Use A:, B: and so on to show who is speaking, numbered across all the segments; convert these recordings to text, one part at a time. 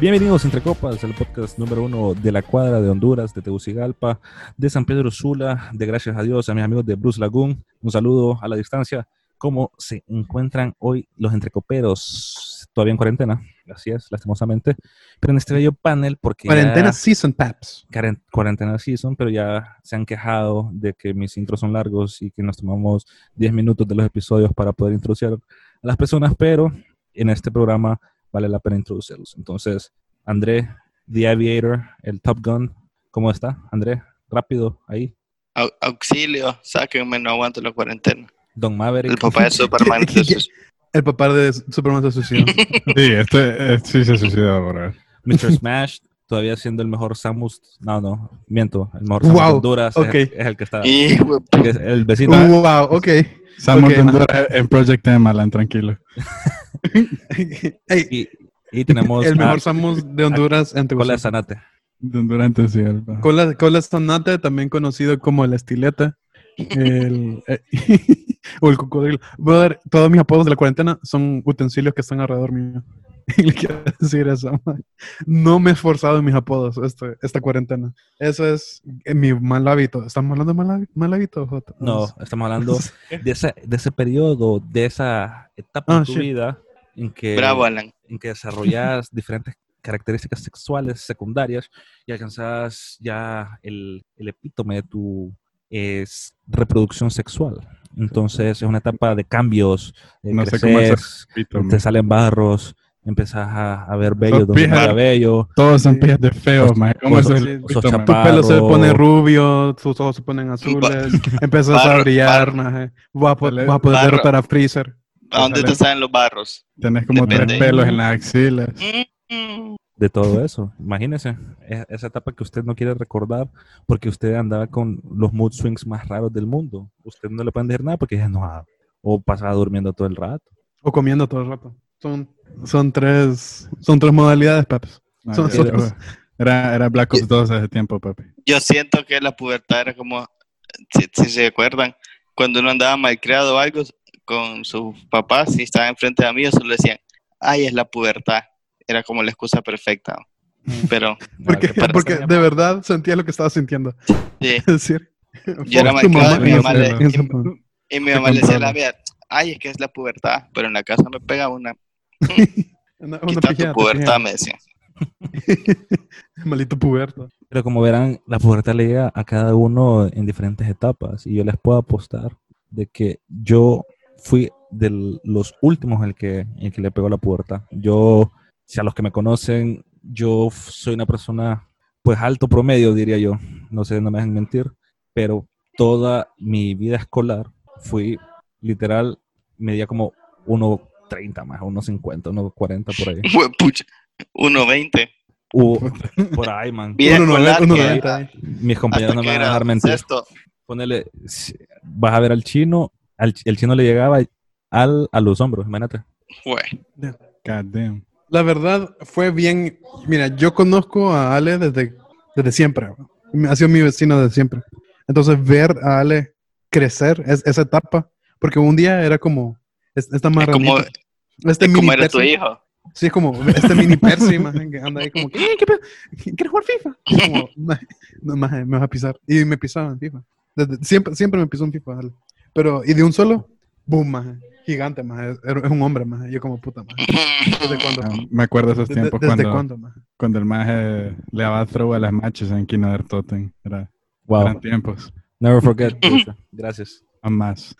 A: Bienvenidos Entre Copas, el podcast número uno de la cuadra de Honduras, de Tegucigalpa, de San Pedro Sula, de gracias a Dios, a mis amigos de Bruce Lagoon. Un saludo a la distancia. ¿Cómo se encuentran hoy los entrecoperos? Todavía en cuarentena, así es, lastimosamente. Pero en este bello panel, porque. ya-
B: Cuarentena Season Paps.
A: cuaren- cuarentena season, pero ya se han quejado de que mis intros son largos y que nos tomamos 10 minutos de los episodios para poder introducir a las personas, pero en este programa vale la pena introducirlos. Entonces, André, The Aviator, el Top Gun, ¿cómo está? André, rápido, ahí.
C: Au- auxilio, sáquenme, no aguanto la cuarentena.
A: Don
C: El
A: Maverick,
C: papá de Superman.
B: ¿Qué- qué- El papá de Superman se suicidó.
D: Sí, este, eh, sí se suicidó, bro.
A: Mr. Smash, todavía siendo el mejor Samus, no, no, miento, el mejor Samus de
B: Wow,
A: Honduras, es el-
B: ok.
A: es, el, que está,
C: Y, güey,
A: que es el vecino.
B: wow, ok.
D: Samuel
B: Ok.
D: Ventura en Project M, Alan, tranquilo.
B: Ey,
A: Y, y tenemos
B: el
A: a
B: mejor Samus de Honduras en
A: Cola de
B: Tegucigalpa.
A: Sanate.
D: Ventura en Tegucigalpa.
B: Cola, Cola Sonata, también conocido como la estileta. El, eh, o el cocodrilo. Brother, todos mis apodos de la cuarentena son utensilios que están alrededor mío. Y le quiero decir eso. man. No me he esforzado en mis apodos este- esta cuarentena. Eso es eh, mi mal hábito. ¿Estamos hablando de mal, hábi- mal hábito, Jota?
A: No, estamos hablando de ese, de ese periodo, de esa etapa
B: Ah,
A: de tu
B: shit.
A: vida en que,
C: bravo, Alan.
A: en que desarrollas diferentes características sexuales secundarias y alcanzas ya el, el epítome de tu es, reproducción sexual. Entonces es una etapa de cambios, de
D: No sé
A: creces,
D: cómo es Pito,
A: te
D: man.
A: salen barros, empezás a, a ver bello donde no
D: pijas.
A: era bello,
D: Todos son pijas de feo, man. ¿Cómo
A: Pues,
D: es
B: sí,
D: el
A: sos
D: pito, man?
B: Tu pelo se
A: Barro.
B: pone rubio, tus ojos se ponen azules, empiezas a
C: barro,
B: brillar, maje. Vas a, po-
D: Dale,
B: vas a poder
C: barro.
B: derrotar a Freezer.
C: ¿A dónde te
D: Dale.
C: salen los barros?
D: Tenés como
C: Depende.
D: tres pelos en las axilas.
C: Mm,
A: de todo eso. Imagínese, e- esa etapa que usted no quiere recordar porque usted andaba con los mood swings más raros del mundo. Usted no le puede decir nada porque es enojado. O pasaba durmiendo todo el rato.
B: O comiendo todo el rato. Son, son tres, son tres modalidades, paps.
D: No,
B: Son-
D: ya,
B: son-
D: ya, era, era Black Ops 2 hace tiempo, papi.
C: Yo siento que la pubertad era como, si, si se acuerdan, cuando uno andaba malcriado o algo con sus papás y estaban enfrente de amigos, solo decían, ay, es la pubertad. Era como la excusa perfecta. Pero
B: Porque,
A: Ah, que
B: porque
A: parece-
B: de verdad sentía lo que estaba sintiendo.
C: sí,
B: Es decir,
C: Yo era
B: fuck tu
C: malcriado,
B: madre, no
D: mi mamá
B: sé,
D: le-
B: en ese momento.
C: y mi mamá le decía a la
B: controla.
C: mía, ay, es que es la pubertad. Pero en la casa me pegaba una,
B: Una- una
C: quita
B: pijada,
C: tu
B: te
C: pubertad, me decía.
B: pijada. Maldito puberto.
A: Pero como verán, la pubertad le llega a cada uno en diferentes etapas. Y yo les puedo apostar de que yo fui de los últimos el que, el que le pegó la pubertad. Yo, si a los que me conocen, yo f- soy una persona, pues alto promedio, diría yo. No sé, no me dejen mentir. Pero toda mi vida escolar fui literal, medía como 1.30 más, 1.50, 1.40 por ahí.
C: Pucha, 1.20.
A: O por ahí, man.
C: Vida
B: Uno noventa,
C: escolar
B: uno
C: que-
B: noventa, eh.
A: Mis
C: ¿Hasta
A: compañeros no
C: qué
A: me van a
C: grado?
A: dejar mentir.
C: Sexto.
A: ponele, si- vas a ver al chino, al, el chino le llegaba al, a los hombros, imagínate.
C: Fue.
D: God damn.
B: La verdad fue bien. Mira, yo conozco a Ale desde, desde siempre. güey. Ha sido mi vecino desde siempre. Entonces, ver a Ale crecer, es, esa etapa, porque un día era como es- esta
C: Es como,
B: marranita. Este
C: es como
B: mini
C: era tu
B: Percy.
C: hijo.
B: Sí, es como este mini Percy, maje, que anda ahí como, ¿qué? ¿Qué pedo? ¿Quieres jugar FIFA? Y es como, "Maje, no, maje, me vas a pisar. Y me pisaban en FIFA. Desde- siempre, siempre me pisó en FIFA, Ale. Pero, y de un solo, boom, maje. Gigante, maje. Era- Es un hombre, maje. Yo como puta, maje. ¿Desde cuándo?
D: Ah, me acuerdo esos
B: ¿Desde,
D: tiempos
B: desde
D: cuando,
B: cuándo, maje?
D: cuando el maje le daba throw a las matches en Kino del Totem. Era, Eran
A: Wow.
D: tiempos.
A: Never forget. Luisa. Gracias.
D: Más.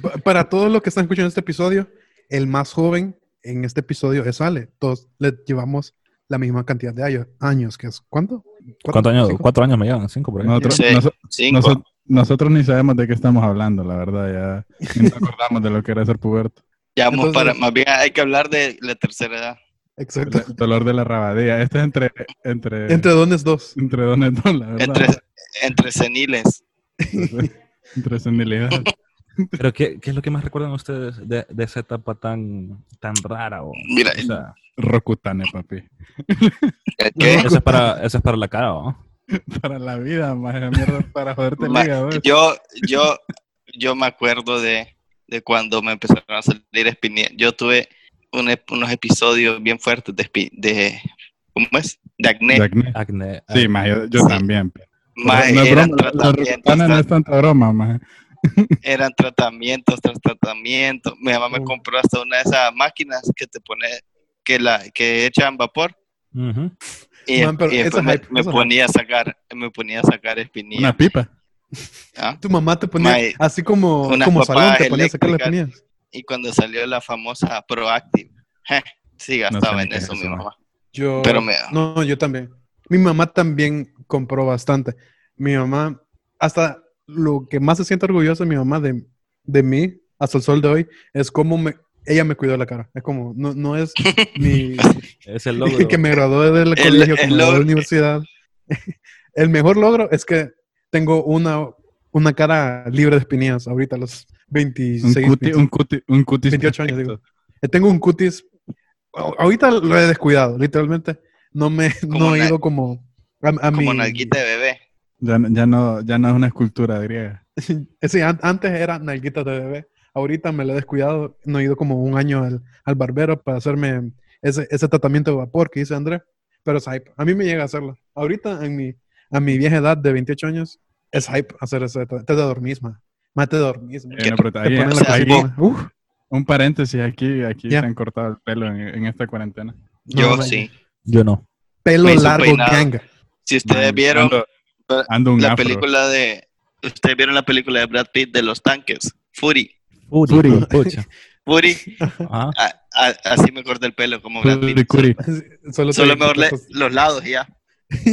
B: Pa- Para todos los que están escuchando este episodio, el más joven en este episodio es Ale. Todos le llevamos la misma cantidad de años, años que es ¿cuánto? ¿Cuatro?
A: ¿Cuántos años?
B: ¿Cinco?
A: Cuatro años me llevan, cinco por ahí.
D: Nosotros,
C: Sí.
D: noso-
C: Cinco.
D: Noso- nosotros ni sabemos de qué estamos hablando, la verdad. Ya ni nos acordamos de lo que era ser puberto.
C: ya vamos
B: entonces-
C: para, más bien hay que hablar de la tercera edad.
D: El,
B: Exacto.
A: Eh,
D: el dolor de la rabadilla. Este es entre. Entre,
B: Entre dones dos.
D: entre dos netos, la verdad.
C: Entre, entre seniles.
D: Entre, entre senilidad.
A: Pero ¿qué, qué es lo que más recuerdan ustedes de, de esa etapa tan, tan rara? O,
C: Mira,
A: o sea,
D: Rocutane, papi.
C: ¿qué?
A: eso, es para, eso es para la cara, ¿o?
D: Para la vida, más mierda, para joderte el
C: Ma-
D: hígado.
C: yo, yo, yo me acuerdo de, de cuando me empezaron a salir espinillas. Yo tuve un ep- unos episodios bien fuertes de, espi- de ¿Cómo es? De acné.
D: de acné.
A: Acné.
D: Sí, más yo, yo
C: Sí.
D: también. pe.
C: Mae,
D: no es
C: eran,
D: broma, la- la
C: tratamientos,
D: Roxana no es tanta broma, más.
C: tras- eran tratamientos tras tratamientos. Mi mamá
D: Mm.
C: me
B: Oh.
C: compró hasta una de esas máquinas que te pone, que la que echan vapor.
A: Ujú.
C: Y,
B: Man, pero
C: y después
B: esa
C: me,
B: hype,
C: me
B: esa
C: ponía a sacar, me ponía a sacar espinillas.
D: Una pipa.
C: ¿ah?
B: Tu mamá te ponía,
C: Mae,
B: así como,
C: unas
B: como salón,
C: papadas
B: te ponía a sacar las
C: eléctricas.
B: espinillas.
C: Y cuando salió la famosa Proactive, je, sí gastaba
D: ni
C: en
D: qué es
C: eso
D: eso,
C: mi
D: mae.
C: mamá.
B: Yo,
C: Pero me-
B: No, yo también. Mi mamá también compró bastante. Mi mamá, hasta lo que más se siente orgullosa mi mamá de, de mí, hasta el sol de hoy, es cómo me, ella me cuidó la cara. Es como, no, no es mi,
A: Es el logro.
B: que me gradué del colegio, que
C: el
B: me gradué de
C: logro.
B: la universidad. el mejor logro es que tengo una, una cara libre de espinillas ahorita, a los
D: Un
B: 26,
D: cuti, un cuti, un cutis
B: 28 años,
D: perfecto.
B: eh, Tengo un cutis. a- Ahorita lo he descuidado, literalmente. No me
C: Como
B: no he
C: na-
B: ido como a, a
C: Como
B: mi-
C: nalguita de bebé.
D: Ya, ya, no, ya no es una escultura griega.
B: Sí, an- antes era nalguita de bebé. Ahorita me lo he descuidado. No he ido como un año al, al barbero para hacerme ese, ese tratamiento de vapor que hizo Andrés. Pero es hype. A mí me llega a hacerlo. Ahorita, en mi, a mi vieja edad de 28 años, es hype hacer ese. tra- Te dormís, ma. Ma, te dormís. ma.
D: Eh,
C: Que
D: no, pero
B: Te
D: ahí-
B: ponen
C: o
B: la
C: sea,
D: ahí-
B: cosita. Uf,
D: un paréntesis aquí, aquí
B: Ya.
D: se han cortado el pelo en, en esta cuarentena.
B: no,
C: Yo
B: ma,
C: sí.
A: Yo no.
B: Pelo
C: Me hice un
B: largo,
C: peinado.
B: ganga.
C: Si ustedes
D: Man,
C: vieron
D: Ando,
C: la-
D: ando un
C: la
D: afro.
C: película de, ustedes vieron la película de Brad Pitt de los tanques, Fury.
A: Puri,
D: Puri.
A: hijo de pucha.
C: Fury,
A: Ajá.
C: a- a- así me corté el pelo como Brad
D: Curi,
C: Pitt.
D: curi.
B: Solo,
C: Solo
B: te-
C: me
B: te-
C: orle los lados y ya.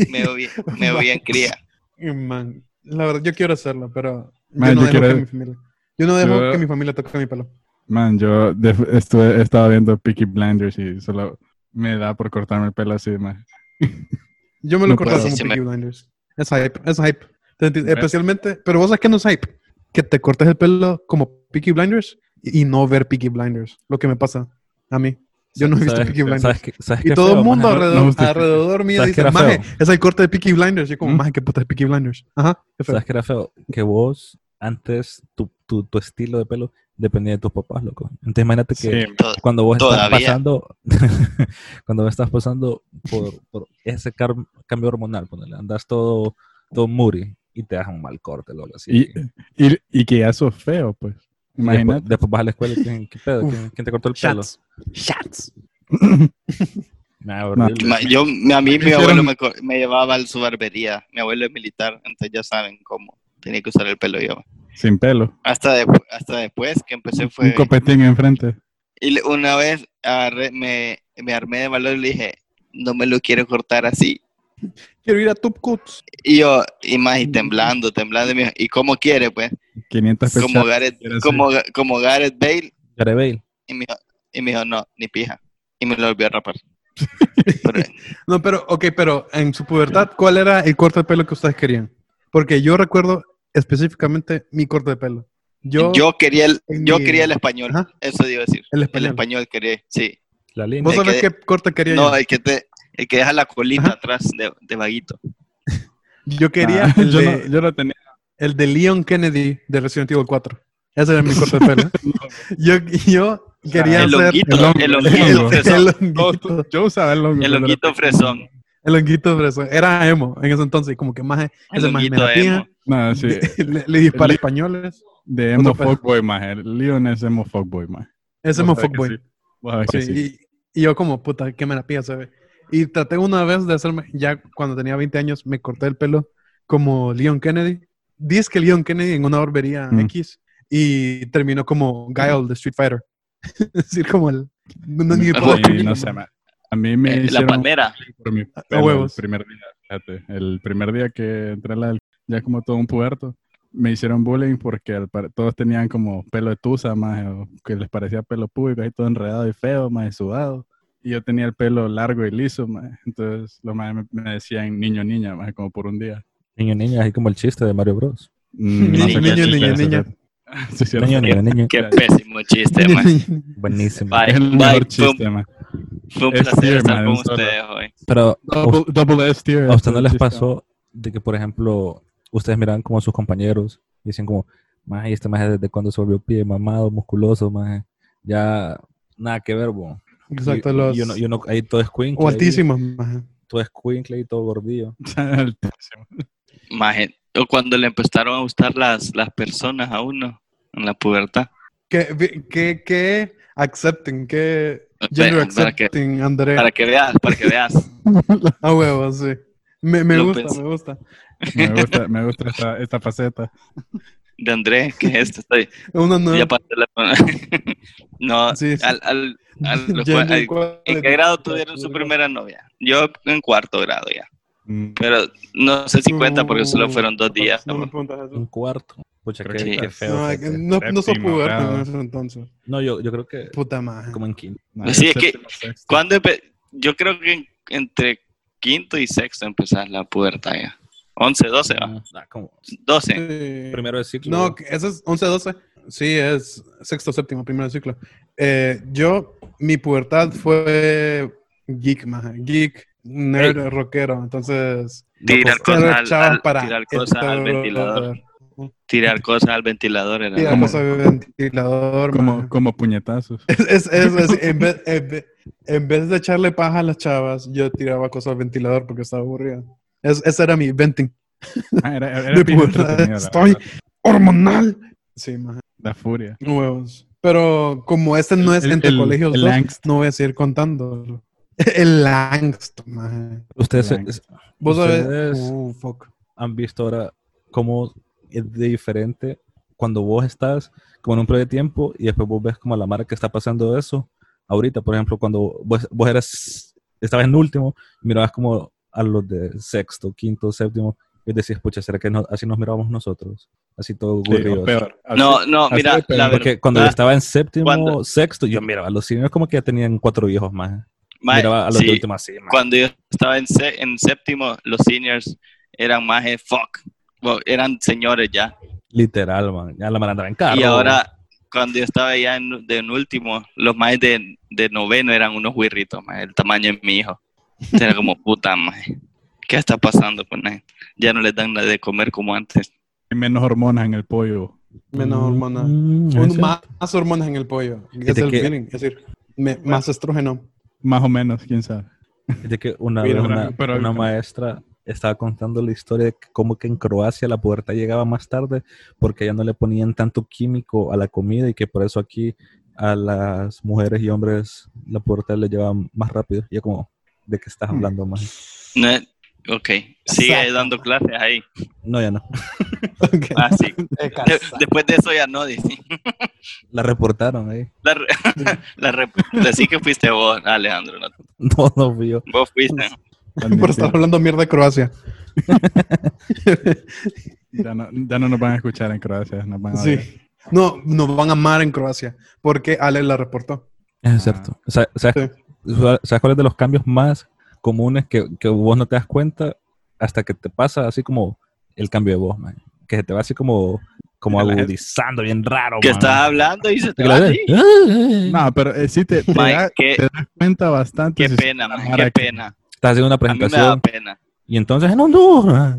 C: Me veo bien, me veo bien cría.
B: Man, la verdad, yo quiero hacerlo, pero
D: Man,
B: yo no
D: yo
B: dejo
D: quiero-
B: que mi familia. Yo no dejo
D: yo-
B: que mi familia toque mi pelo.
D: Man, yo de- estuve, estaba viendo Peaky Blinders y solo me da por cortarme el pelo así, man.
B: Yo me lo
D: No
B: corto
D: puedo.
B: como
C: Sí,
B: Peaky
C: me-
B: Blinders. Es hype, es hype. Te enti-
D: Ve.
B: Especialmente, pero vos sabes que no es hype. Que te cortes el pelo como Peaky Blinders y y no ver Peaky Blinders. Lo que me pasa a mí. Yo no he visto
A: ¿Sabes-
B: Peaky Blinders.
A: ¿Sabes qué- sabes
B: Y
A: qué
B: todo
A: feo,
B: el mundo
A: maje? No- no
B: alrededor,
A: justifica.
B: alrededor mío
A: ¿Sabes qué
B: dice,
A: era
B: maje,
A: feo?
B: es el corte de Peaky Blinders. Yo como,
D: ¿Mm?
B: maje, qué puta es Peaky Blinders. Ajá, qué feo.
A: ¿Sabes qué era feo? Que vos, antes, tu, tu, tu estilo de pelo dependía de tus papás, loco. Entonces, imagínate que
D: Sí,
C: To-
A: cuando vos estás
C: Todavía.
A: pasando cuando vos estás pasando por, por ese car- cambio hormonal ponele, andas todo todo muri y te das un mal corte loco así
D: Y, y, y que ya sos feo, pues.
A: Y después,
D: Imagínate.
A: después vas a la escuela y ¿quién, qué pedo?
B: Uf.
A: ¿Quién, quién te cortó el pelo?
B: Shots. Shots.
A: Nah, horrible.
C: Ma- Yo, a mí mi
D: Hicieron-
C: abuelo me, co- me llevaba a su barbería. Mi abuelo es militar, entonces ya saben cómo tenía que usar el pelo yo.
D: Sin pelo.
C: Hasta, de- hasta después que empecé
D: Un
C: fue...
D: copetín enfrente.
C: Y le- una vez agarré- me, me armé de valor y le dije, no me lo quiero cortar así.
B: Quiero ir a Top Cuts.
C: Y yo, y más,
D: Mm.
C: y temblando, temblando. y me dijo, ¿Y cómo quiere, pues?
D: 500 pesos.
C: Como Gareth,
D: quiere decir.
C: como, Ga- como Gareth Bale.
A: Gareth Bale.
C: Y me, dijo, y me dijo, no, ni pija. Y me lo volvió a rapar. Pero,
B: No, pero, ok, pero en su pubertad, ¿cuál era el corte de pelo que ustedes querían? Porque yo recuerdo específicamente mi corte de pelo. Yo,
C: yo, quería el,
B: en
C: yo
B: mi-
C: quería el español.
B: Ajá.
C: Eso iba a decir.
B: el
C: El
B: español.
C: español quería, sí.
A: la línea
B: ¿Vos
C: Me
B: sabés
C: quedé-
B: qué corte quería
C: No,
B: yo?
C: el que, te, el que deja la colita
B: Ajá.
C: atrás de, de vaguito.
B: Yo quería
D: Ah,
B: el,
D: yo,
B: de,
D: no, yo no tenía.
B: el de Leon Kennedy de Resident Evil 4. Ese era mi corte de pelo. yo, yo quería
C: el
B: hacer
C: honguito,
D: el hongo,
C: el
D: el hongo.
C: honguito fresón.
B: el honguito.
D: Yo usaba el hongo.
C: El
D: cuando
C: honguito
D: era pequeño.
C: fresón.
B: El honguito fresco. Era emo en ese entonces. Como que más
C: El
B: ese más me
C: honguito
B: latía.
C: emo.
D: No, Ah, sí.
B: Le, le disparé
D: El-
B: españoles.
D: De emo
B: Otro pedo.
D: fuckboy, más. El Leon es emo fuckboy, más.
B: Ese emo fuckboy. Sí, Y, y yo como, puta, qué me la pilla, ¿sabes? Y traté una vez de hacerme, ya cuando tenía 20 años, me corté el pelo como Leon Kennedy. Dice que Leon Kennedy en una barbería
D: Mm.
B: X y terminó como Guile de Street Fighter. es decir, como el... No, ni
C: Ay,
B: puedo escribir,
D: no sé, ma. A mí me
C: Eh, la
D: hicieron
C: palmera.
D: por mi pelo
B: huevos.
D: el primer día, fíjate. El primer día que entré a la ya como todo un puerto, me hicieron bullying porque al par- todos tenían como pelo de tusa, más, o que les parecía pelo público, ahí todo enredado y feo, más y sudado. Y yo tenía el pelo largo y liso, más. Entonces los más me, me decían niño, niña, más, como por un día.
A: niño niño así como el chiste de Mario Bros
D: Mm,
B: Ni-
D: qué
B: niño,
D: chiste
B: niño,
D: es ese.
B: niño.
D: Sí, es cierto.
A: niño niño niño
C: Qué
D: Ya.
C: pésimo chiste, man.
A: buenísimo
C: Bye.
D: Es el
C: Bye.
D: mejor
C: Fue un-
D: chiste, ma.
C: Fue un
D: Es
C: placer
D: tier,
C: estar
D: man,
C: con
D: solo.
C: ustedes hoy.
A: pero
D: Double, double S tier.
A: ¿A usted no les
D: Chiste.
A: pasó de que, por ejemplo, ustedes miran como a sus compañeros y dicen como, más este más desde cuando se volvió pie mamado, musculoso, más ya nada que ver, bo".
B: Exacto,
A: Y-
B: los...
A: y uno- y uno- ahí todo es
B: o altísimos, maje.
A: todo escuincle y todo gordillo.
D: Altísimo.
C: Maje, o cuando le empezaron a gustar las, las personas a uno en la pubertad.
B: ¿Qué, qué, qué accepting? ¿Qué gender
C: Espera, para que-
B: accepting, André?
C: Para que veas, para que veas.
B: A huevo, sí. Me, me
C: Lo
B: gusta,
C: pensé.
B: me gusta.
D: Me gusta, me gusta esta, esta faceta.
C: De Andrés, que es esto? Estoy,
B: Una nueva.
C: ya pasé la- no,
B: Sí, sí.
C: al, al, a los
B: Gender
C: cua- al-
B: equality.
C: ¿En qué grado tuvieron su primera novia? Yo en cuarto grado ya.
D: Mm,
C: Pero no sé si cuenta porque solo fueron dos días.
B: No me
C: amor.
B: preguntas eso.
A: Un cuarto. Pucha,
D: Creo
A: qué,
C: que-
A: qué feo.
B: No,
A: gente.
B: no, no sos
D: Séptimo
B: puberto
D: grado.
B: en ese entonces.
A: No, yo, yo creo que
B: Puta madre.
A: como en quinto.
D: No,
C: Pues Sí,
D: el
C: es que-
D: séptimo, sexto.
C: ¿Cuándo empe- Yo creo que en- entre quinto y sexto empezás la pubertad ya. 11, 12 va.
A: Ah, como
C: 12.
B: Sí.
A: primero de ciclo.
B: No, que eso es 11, 12. Sí, es sexto, séptimo, primero ciclo. Eh, yo, mi pubertad fue geek, maja. Geek, nerd, rockero. Entonces,
C: Tirar
A: pues,
C: cosas
B: cero
C: al,
B: chavas
C: al-
B: para
C: tirar cosas al
B: esto,
C: ventilador. Tirar cosas al ventilador era.
B: Tirar
D: Como-
B: cosas al ventilador,
D: como,
B: maja.
D: como puñetazos.
B: Es, es- es- es- en, vez, en, vez, en vez de echarle paja a las chavas, yo tiraba cosas al ventilador porque estaba aburrido. Es- ese era mi venting.
D: Ah, era, era
B: De
D: bien
B: pubertad
D: entretenido, la
B: estoy.
D: verdad.
B: ¡Hormonal! Sí, maja.
D: La furia.
B: Huevos. Pero como este no es
D: El-
B: entre
D: el-
B: colegios
D: el
B: dos,
D: angst.
B: no voy a seguir contando. El angst, maje.
A: Ustedes se-
D: Blanco.
B: Vos sabés.
A: Ustedes-
B: Uh, fuck.
A: han visto ahora cómo es de diferente cuando vos estás como en un periodo de tiempo y después vos ves como a la mara que está pasando eso. Ahorita, por ejemplo, cuando vos, vos eras, estabas en último, mirabas como a los de sexto, quinto, séptimo, y decías, pucha, ¿será que no- así nos mirábamos nosotros? Así todo
D: Sí, o
A: aburridos.
D: peor.
C: No, no,
D: así
C: mira,
D: de pedo,
C: la verdad.
A: Porque cuando yo estaba en séptimo,
C: Cuando-
A: sexto, yo miraba a los seniors como que ya tenían cuatro viejos más.
C: ma-
A: miraba a los
C: sí,
A: de último así, ma.
C: Cuando yo estaba en, se- en séptimo, los seniors eran más eh, fuck. Bueno, eran señores ya.
A: literal, man. Ya la mara andaba en carro.
C: Y ahora, cuando yo estaba ya en, de en último, los más de, de noveno eran unos huirritos, más el tamaño de mi hijo. Era como puta, más. ¿Qué está pasando con la gente? Ya no les dan nada de comer como antes.
D: Hay menos hormonas en el pollo.
B: Menos hormonas.
A: Mm, es
B: Un-
A: cierto.
B: más, más hormonas en el pollo. Es
A: te
B: el
A: que-
B: feeling. Es decir, me- más estrógeno.
D: Más o menos, quién sabe.
A: De que una vez
B: Mira,
D: pero-
A: una,
D: pero-
A: una maestra estaba contando la historia de que cómo que en Croacia la puerta llegaba más tarde porque ya no le ponían tanto químico a la comida y que por eso aquí a las mujeres y hombres la puerta le lleva más rápido. Y yo como, ¿de qué estás hablando más?
C: No es- ok, sigue
B: Exacto.
C: dando clases ahí.
A: No, ya no.
B: Ok.
C: Ah, sí.
B: Eh,
C: De-
B: casa.
C: después de eso ya no, dice.
A: La reportaron, ¿eh?
C: La, re- la re- Decí que fuiste vos, Alejandro. no-
A: No, no fui yo.
C: Vos fuiste.
B: Por estar hablando mierda de Croacia.
D: Ya no, ya no nos van a escuchar en Croacia. Nos van a
B: sí.
D: odiar.
B: No, nos van a amar en Croacia. Porque Ale la reportó.
D: Ah,
A: Es cierto. O sea, ¿sabes, sabes cuál es de los cambios más comunes que, que vos no te das cuenta hasta que te pasa así como el cambio de voz, man? Que se te va así como, como
D: La gente-
A: agudizando, bien raro,
C: Que
A: man. Ah,
C: estás hablando y se
A: Que
C: te va
A: la- ¿eh?
C: así.
D: No, pero eh, sí te, te
C: Mike,
D: da-
C: qué-
D: te das cuenta bastante.
C: Qué
D: si-
C: pena, man,
D: Ahora
C: qué
D: que-
C: pena.
A: Estás haciendo una
C: A mí me da
A: presentación
C: pena.
A: y entonces "Ah, en Honduras.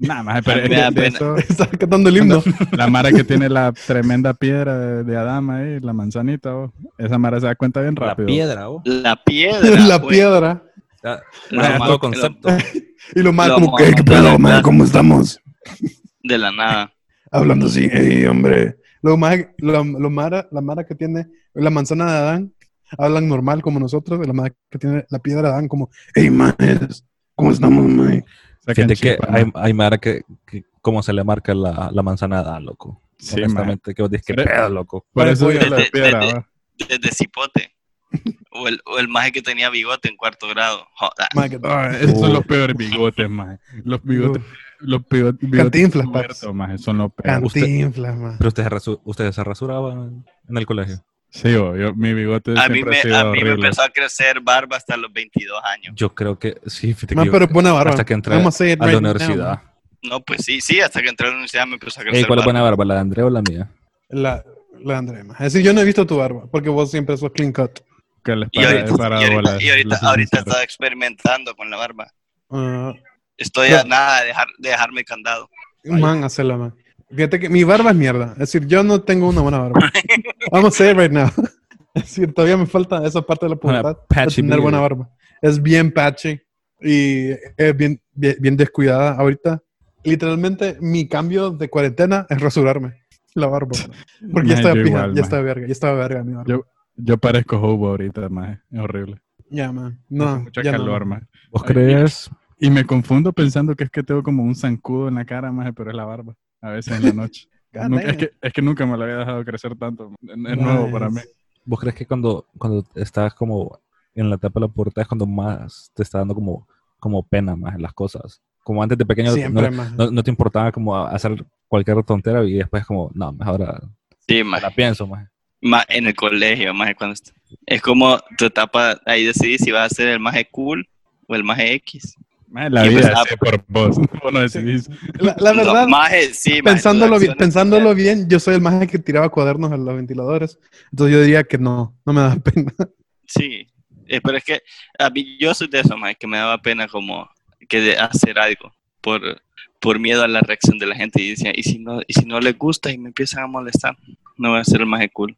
D: Nah, maje, pero
C: A mí
D: es
C: me
D: que
C: da
D: de
C: pena.
D: eso-
B: Estaba cantando el himno.
D: la Mara que tiene la tremenda piedra de, de Adama ahí, la manzanita, oh, esa Mara se da cuenta bien
A: La
D: rápido.
A: piedra, oh.
C: La piedra.
B: la
C: güey.
B: piedra.
A: Está-
C: Lo
A: está
C: más-
A: todo concepto.
B: Y lo más
C: Lo
B: como que,
C: más-
B: ¿qué pedo, man?
C: verdad.
B: ¿Cómo estamos?
C: De la nada.
B: Hablando así, ey, hombre. Lo más, lo, lo mara, la mara que tiene la manzana de Adán, hablan normal como nosotros, y la mara que tiene la piedra de Adán, como, hey, manes, ¿cómo estamos, man?
D: Sacan
A: Fíjate que
D: chispa, ¿no?
A: hay, hay madre que, que como se le marca la, la manzanada, loco.
D: Sí, maje.
A: Honestamente, que vos dices, qué pedo, loco.
D: Por eso
B: Desde-
D: yo la de piedra,
C: desde-
D: oh.
C: Desde cipote. O el, o el maje que tenía bigote en cuarto grado. Joda.
B: Man, que-
D: Ah, esos son
A: Uh.
D: los peores bigotes, maje. Los bigotes, los bigo- bigotes,
B: Cantinflas,
D: muertos,
B: paps.
D: maje, son los
A: Ah,
D: peores.
B: Cantinflas, man.
A: Pero ustedes, se rasu- ustedes se rasuraban en el colegio.
D: Sí, oh, yo- mi bigote
C: A mí,
D: siempre
C: me,
D: ha sido
C: a mí me
D: horrible.
C: empezó a crecer barba hasta los 22 años.
A: Yo creo que sí, fíjate que
B: Man,
A: yo-
B: pero buena barba.
A: hasta que entré
B: I'm gonna say it
A: a la
B: right now,
A: universidad.
B: man.
C: No, pues sí, sí, hasta que entré a la universidad me empezó a
A: Ey,
C: crecer
A: ¿Cuál es
C: barba.
A: buena barba, la de Andrea o la mía?
B: La, la Andrea, man. Es decir, yo no he visto tu barba, porque vos siempre sos clean cut.
D: Que les
C: Y
D: para-
C: ahorita,
D: para
C: y ahorita-
D: bolas,
C: y ahorita-
D: les soy
C: ahorita
D: sincero.
C: estaba experimentando con la barba.
B: Ah,
C: Estoy a
B: No.
C: nada de, dejar, de dejarme el candado.
B: man, hacela, man. Fíjate que mi barba es mierda. Es decir, yo no tengo una buena barba. Vamos a say it right now. Es decir, todavía me falta esa parte de la pubertad. de
A: patchy
B: tener buena
A: beard.
B: barba. Es bien patchy. Y es bien, bien, bien descuidada ahorita. Literalmente, mi cambio de cuarentena es rasurarme la barba. Porque ya
D: Mae,
B: estaba
D: yo
B: pija,
D: igual,
B: ya
D: mae.
B: estaba verga, ya estaba verga mi barba.
D: Yo- Yo parezco hobo ahorita, más es horrible.
B: Ya, man. No,
D: Hace mucho
B: ya no.
D: calor, mae.
A: ¿Vos crees?
D: Y me confundo pensando que es que tengo como un zancudo en la cara, más pero es la barba. A veces en la noche.
B: God
D: Nunca- es,
B: damn.
D: que, es que nunca me lo había dejado crecer tanto. mae. Es
B: Mae,
D: nuevo para mí.
A: ¿Vos crees que cuando, cuando estás como en la etapa de la pubertad es cuando más te está dando como, como pena más en las cosas? Como antes de pequeño
B: Siempre,
A: no,
B: man.
A: no- no te importaba como a- hacer cualquier tontera y después como, no, mejor ahora
C: Sí, más.
A: la pienso más.
C: Más en el colegio, más cuando est- es como tu etapa, ahí decidís si vas a ser el más cool o el más X.
D: Mae, la
C: Y pues, ah,
D: vida
C: empezaba
D: es por vos. Vos no decidís.
B: La, la
C: Los
B: verdad,
C: majes, sí, maje,
B: pensándolo,
C: tus
B: bien,
C: acciones
B: pensándolo bien, yo soy el más que tiraba cuadernos a los ventiladores. Entonces yo diría que no, no me da pena.
C: Sí, eh, pero es que a mí, yo soy de eso, más que me daba pena como que de hacer algo por, por miedo a la reacción de la gente y decía, y si no, y si no les gusta y me empiezan a molestar, no voy a ser el más cool.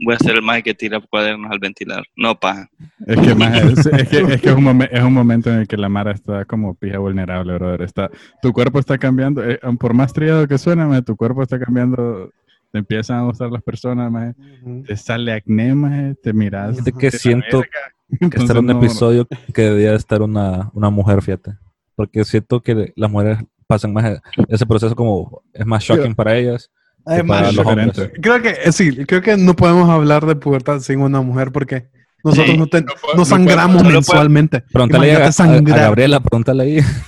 C: Voy a ser el más que tira cuadernos al ventilador. No, paja.
D: Es que, mae, es, es que, es, que es, un momen- es un momento en el que la Mara está como pija vulnerable, brother. Está, tu cuerpo está cambiando. eh, por más triado que suena, mae, tu cuerpo está cambiando. Te empiezan a gustar las personas, mae. Te sale acné, mae, te miras.
A: Fíjate que
D: de la
A: siento
D: verga.
A: que este
D: Entonces,
A: era un
D: no,
A: episodio que debía estar una, una mujer, fíjate. Porque siento que las mujeres pasan más ese proceso como es más shocking para ellas. que para
D: es
A: los
D: diferente.
A: hombres.
B: Creo que eh, sí, creo que no podemos hablar de pubertad sin una mujer porque nosotros
C: Sí.
B: no, ten-
D: No puedo-
B: no
D: no
B: sangramos
C: puedo- solo puedo-
B: mensualmente.
A: Pregúntale a,
B: Imagínate
A: a- a
B: sangrar.
A: Gabriela, pregúntale ahí.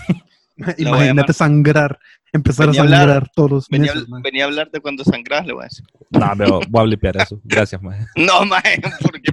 C: voy a
B: Imagínate
C: llamar.
B: sangrar, empezar
C: Venía
B: a
C: a hablar.
B: sangrar todos los
C: Venía, a
B: meses,
C: habl-
B: man.
C: venía a hablar de cuando sangras, le voy a decir.
A: No, pero voy a blipear eso. Gracias, maje.
C: No, maje,
D: ¿Y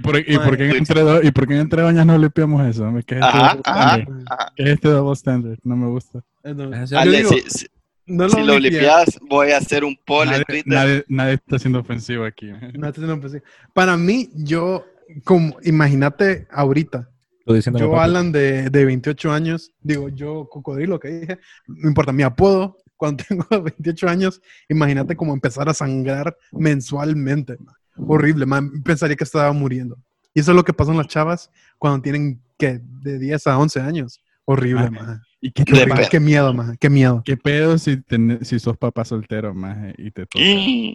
C: porque...
D: por, y,
B: Mae,
D: por qué en
C: sí.
D: entre do- ¿Y por qué en entre bañas no limpiamos eso? hombre? ¿Qué es, este
C: Ajá,
D: double
C: ajá,
D: standard?
C: ajá.
D: ¿Qué es este double standard? No me gusta.
B: Ah, Eh, no.
A: Es
B: Yo
A: así.
C: Ale,
B: digo,
C: si, si-
B: no
C: si lo
B: limpié.
C: limpias, voy a hacer un poll en
D: Nadie,
C: Twitter.
D: nadie- nadie está siendo ofensivo aquí. mae.
B: No, este no, pues sí. Para mí, yo, como, imagínate ahorita,
A: Tú diciendo
B: yo Alan de, de 28 años, digo yo cocodrilo que dije, no importa, mi apodo, cuando tengo 28 años, imagínate como empezar a sangrar mensualmente, man. horrible, man. pensaría que estaba muriendo. Y eso es lo que pasan las chavas cuando tienen, que De 10 a 11 años. Horrible,
D: Ah,
B: man.
D: ¿Y qué,
B: Qué,
C: de-
B: pa- qué miedo, man. Qué miedo.
D: qué pedo si, ten- si sos papá soltero, más y te toca
C: Mm.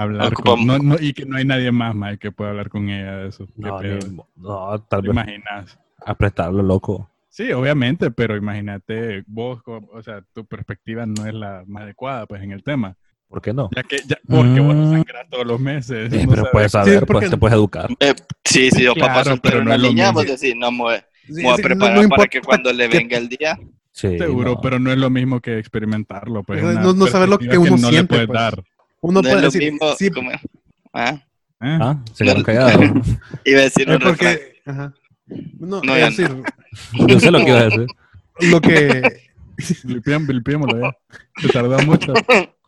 D: hablar
C: Ocupamos-
D: con... No, no, y que no hay nadie más, más que pueda hablar con ella de eso. ¿Qué
A: No,
D: pedo?
A: ni- no, tal
D: ¿Te
A: vez
D: imaginas?
A: apretarlo, loco.
D: Sí, obviamente, pero imagínate vos, como- o sea, tu perspectiva no es la más adecuada, pues, en el tema.
A: ¿Por qué no?
D: Ya que, ya, porque vos
A: Mm.
D: no sangrás todos los meses.
A: Sí,
D: no
A: pero
D: sabes
A: puedes saber,
B: porque-
A: pues, te puedes educar.
C: Eh, sí, sí, yo papá
D: Claro,
C: soltero
D: pero no
C: una
D: es lo
C: niña,
D: mismo.
C: vos decís, no, me voy a- me
B: Sí,
C: voy a
B: sí, no- no
C: preparar para que
B: importa
C: cuando le
B: que-
C: venga el día.
A: Sí,
D: Seguro,
A: no.
D: pero no es lo mismo que experimentarlo. Pues,
B: Pero
D: es una
B: no- no saber lo que
D: perspectiva
B: uno
D: no le
B: siente,
D: puedes
B: pues.
D: dar,
B: Uno
C: no
B: puede
C: es lo
B: decir,
C: mismo.
B: sí,
C: como- ah,
D: ¿eh?
A: Ah, se quedaron
C: No.
A: callados.
C: iba a
B: es
C: decir un refrán.
B: eh, porque... Ajá. No,
C: No,
B: es
C: ya
B: decir,
A: Yo sé lo que iba a decir.
B: lo que...
D: Blipiam- blipiémoslo, ya. Se tardó mucho.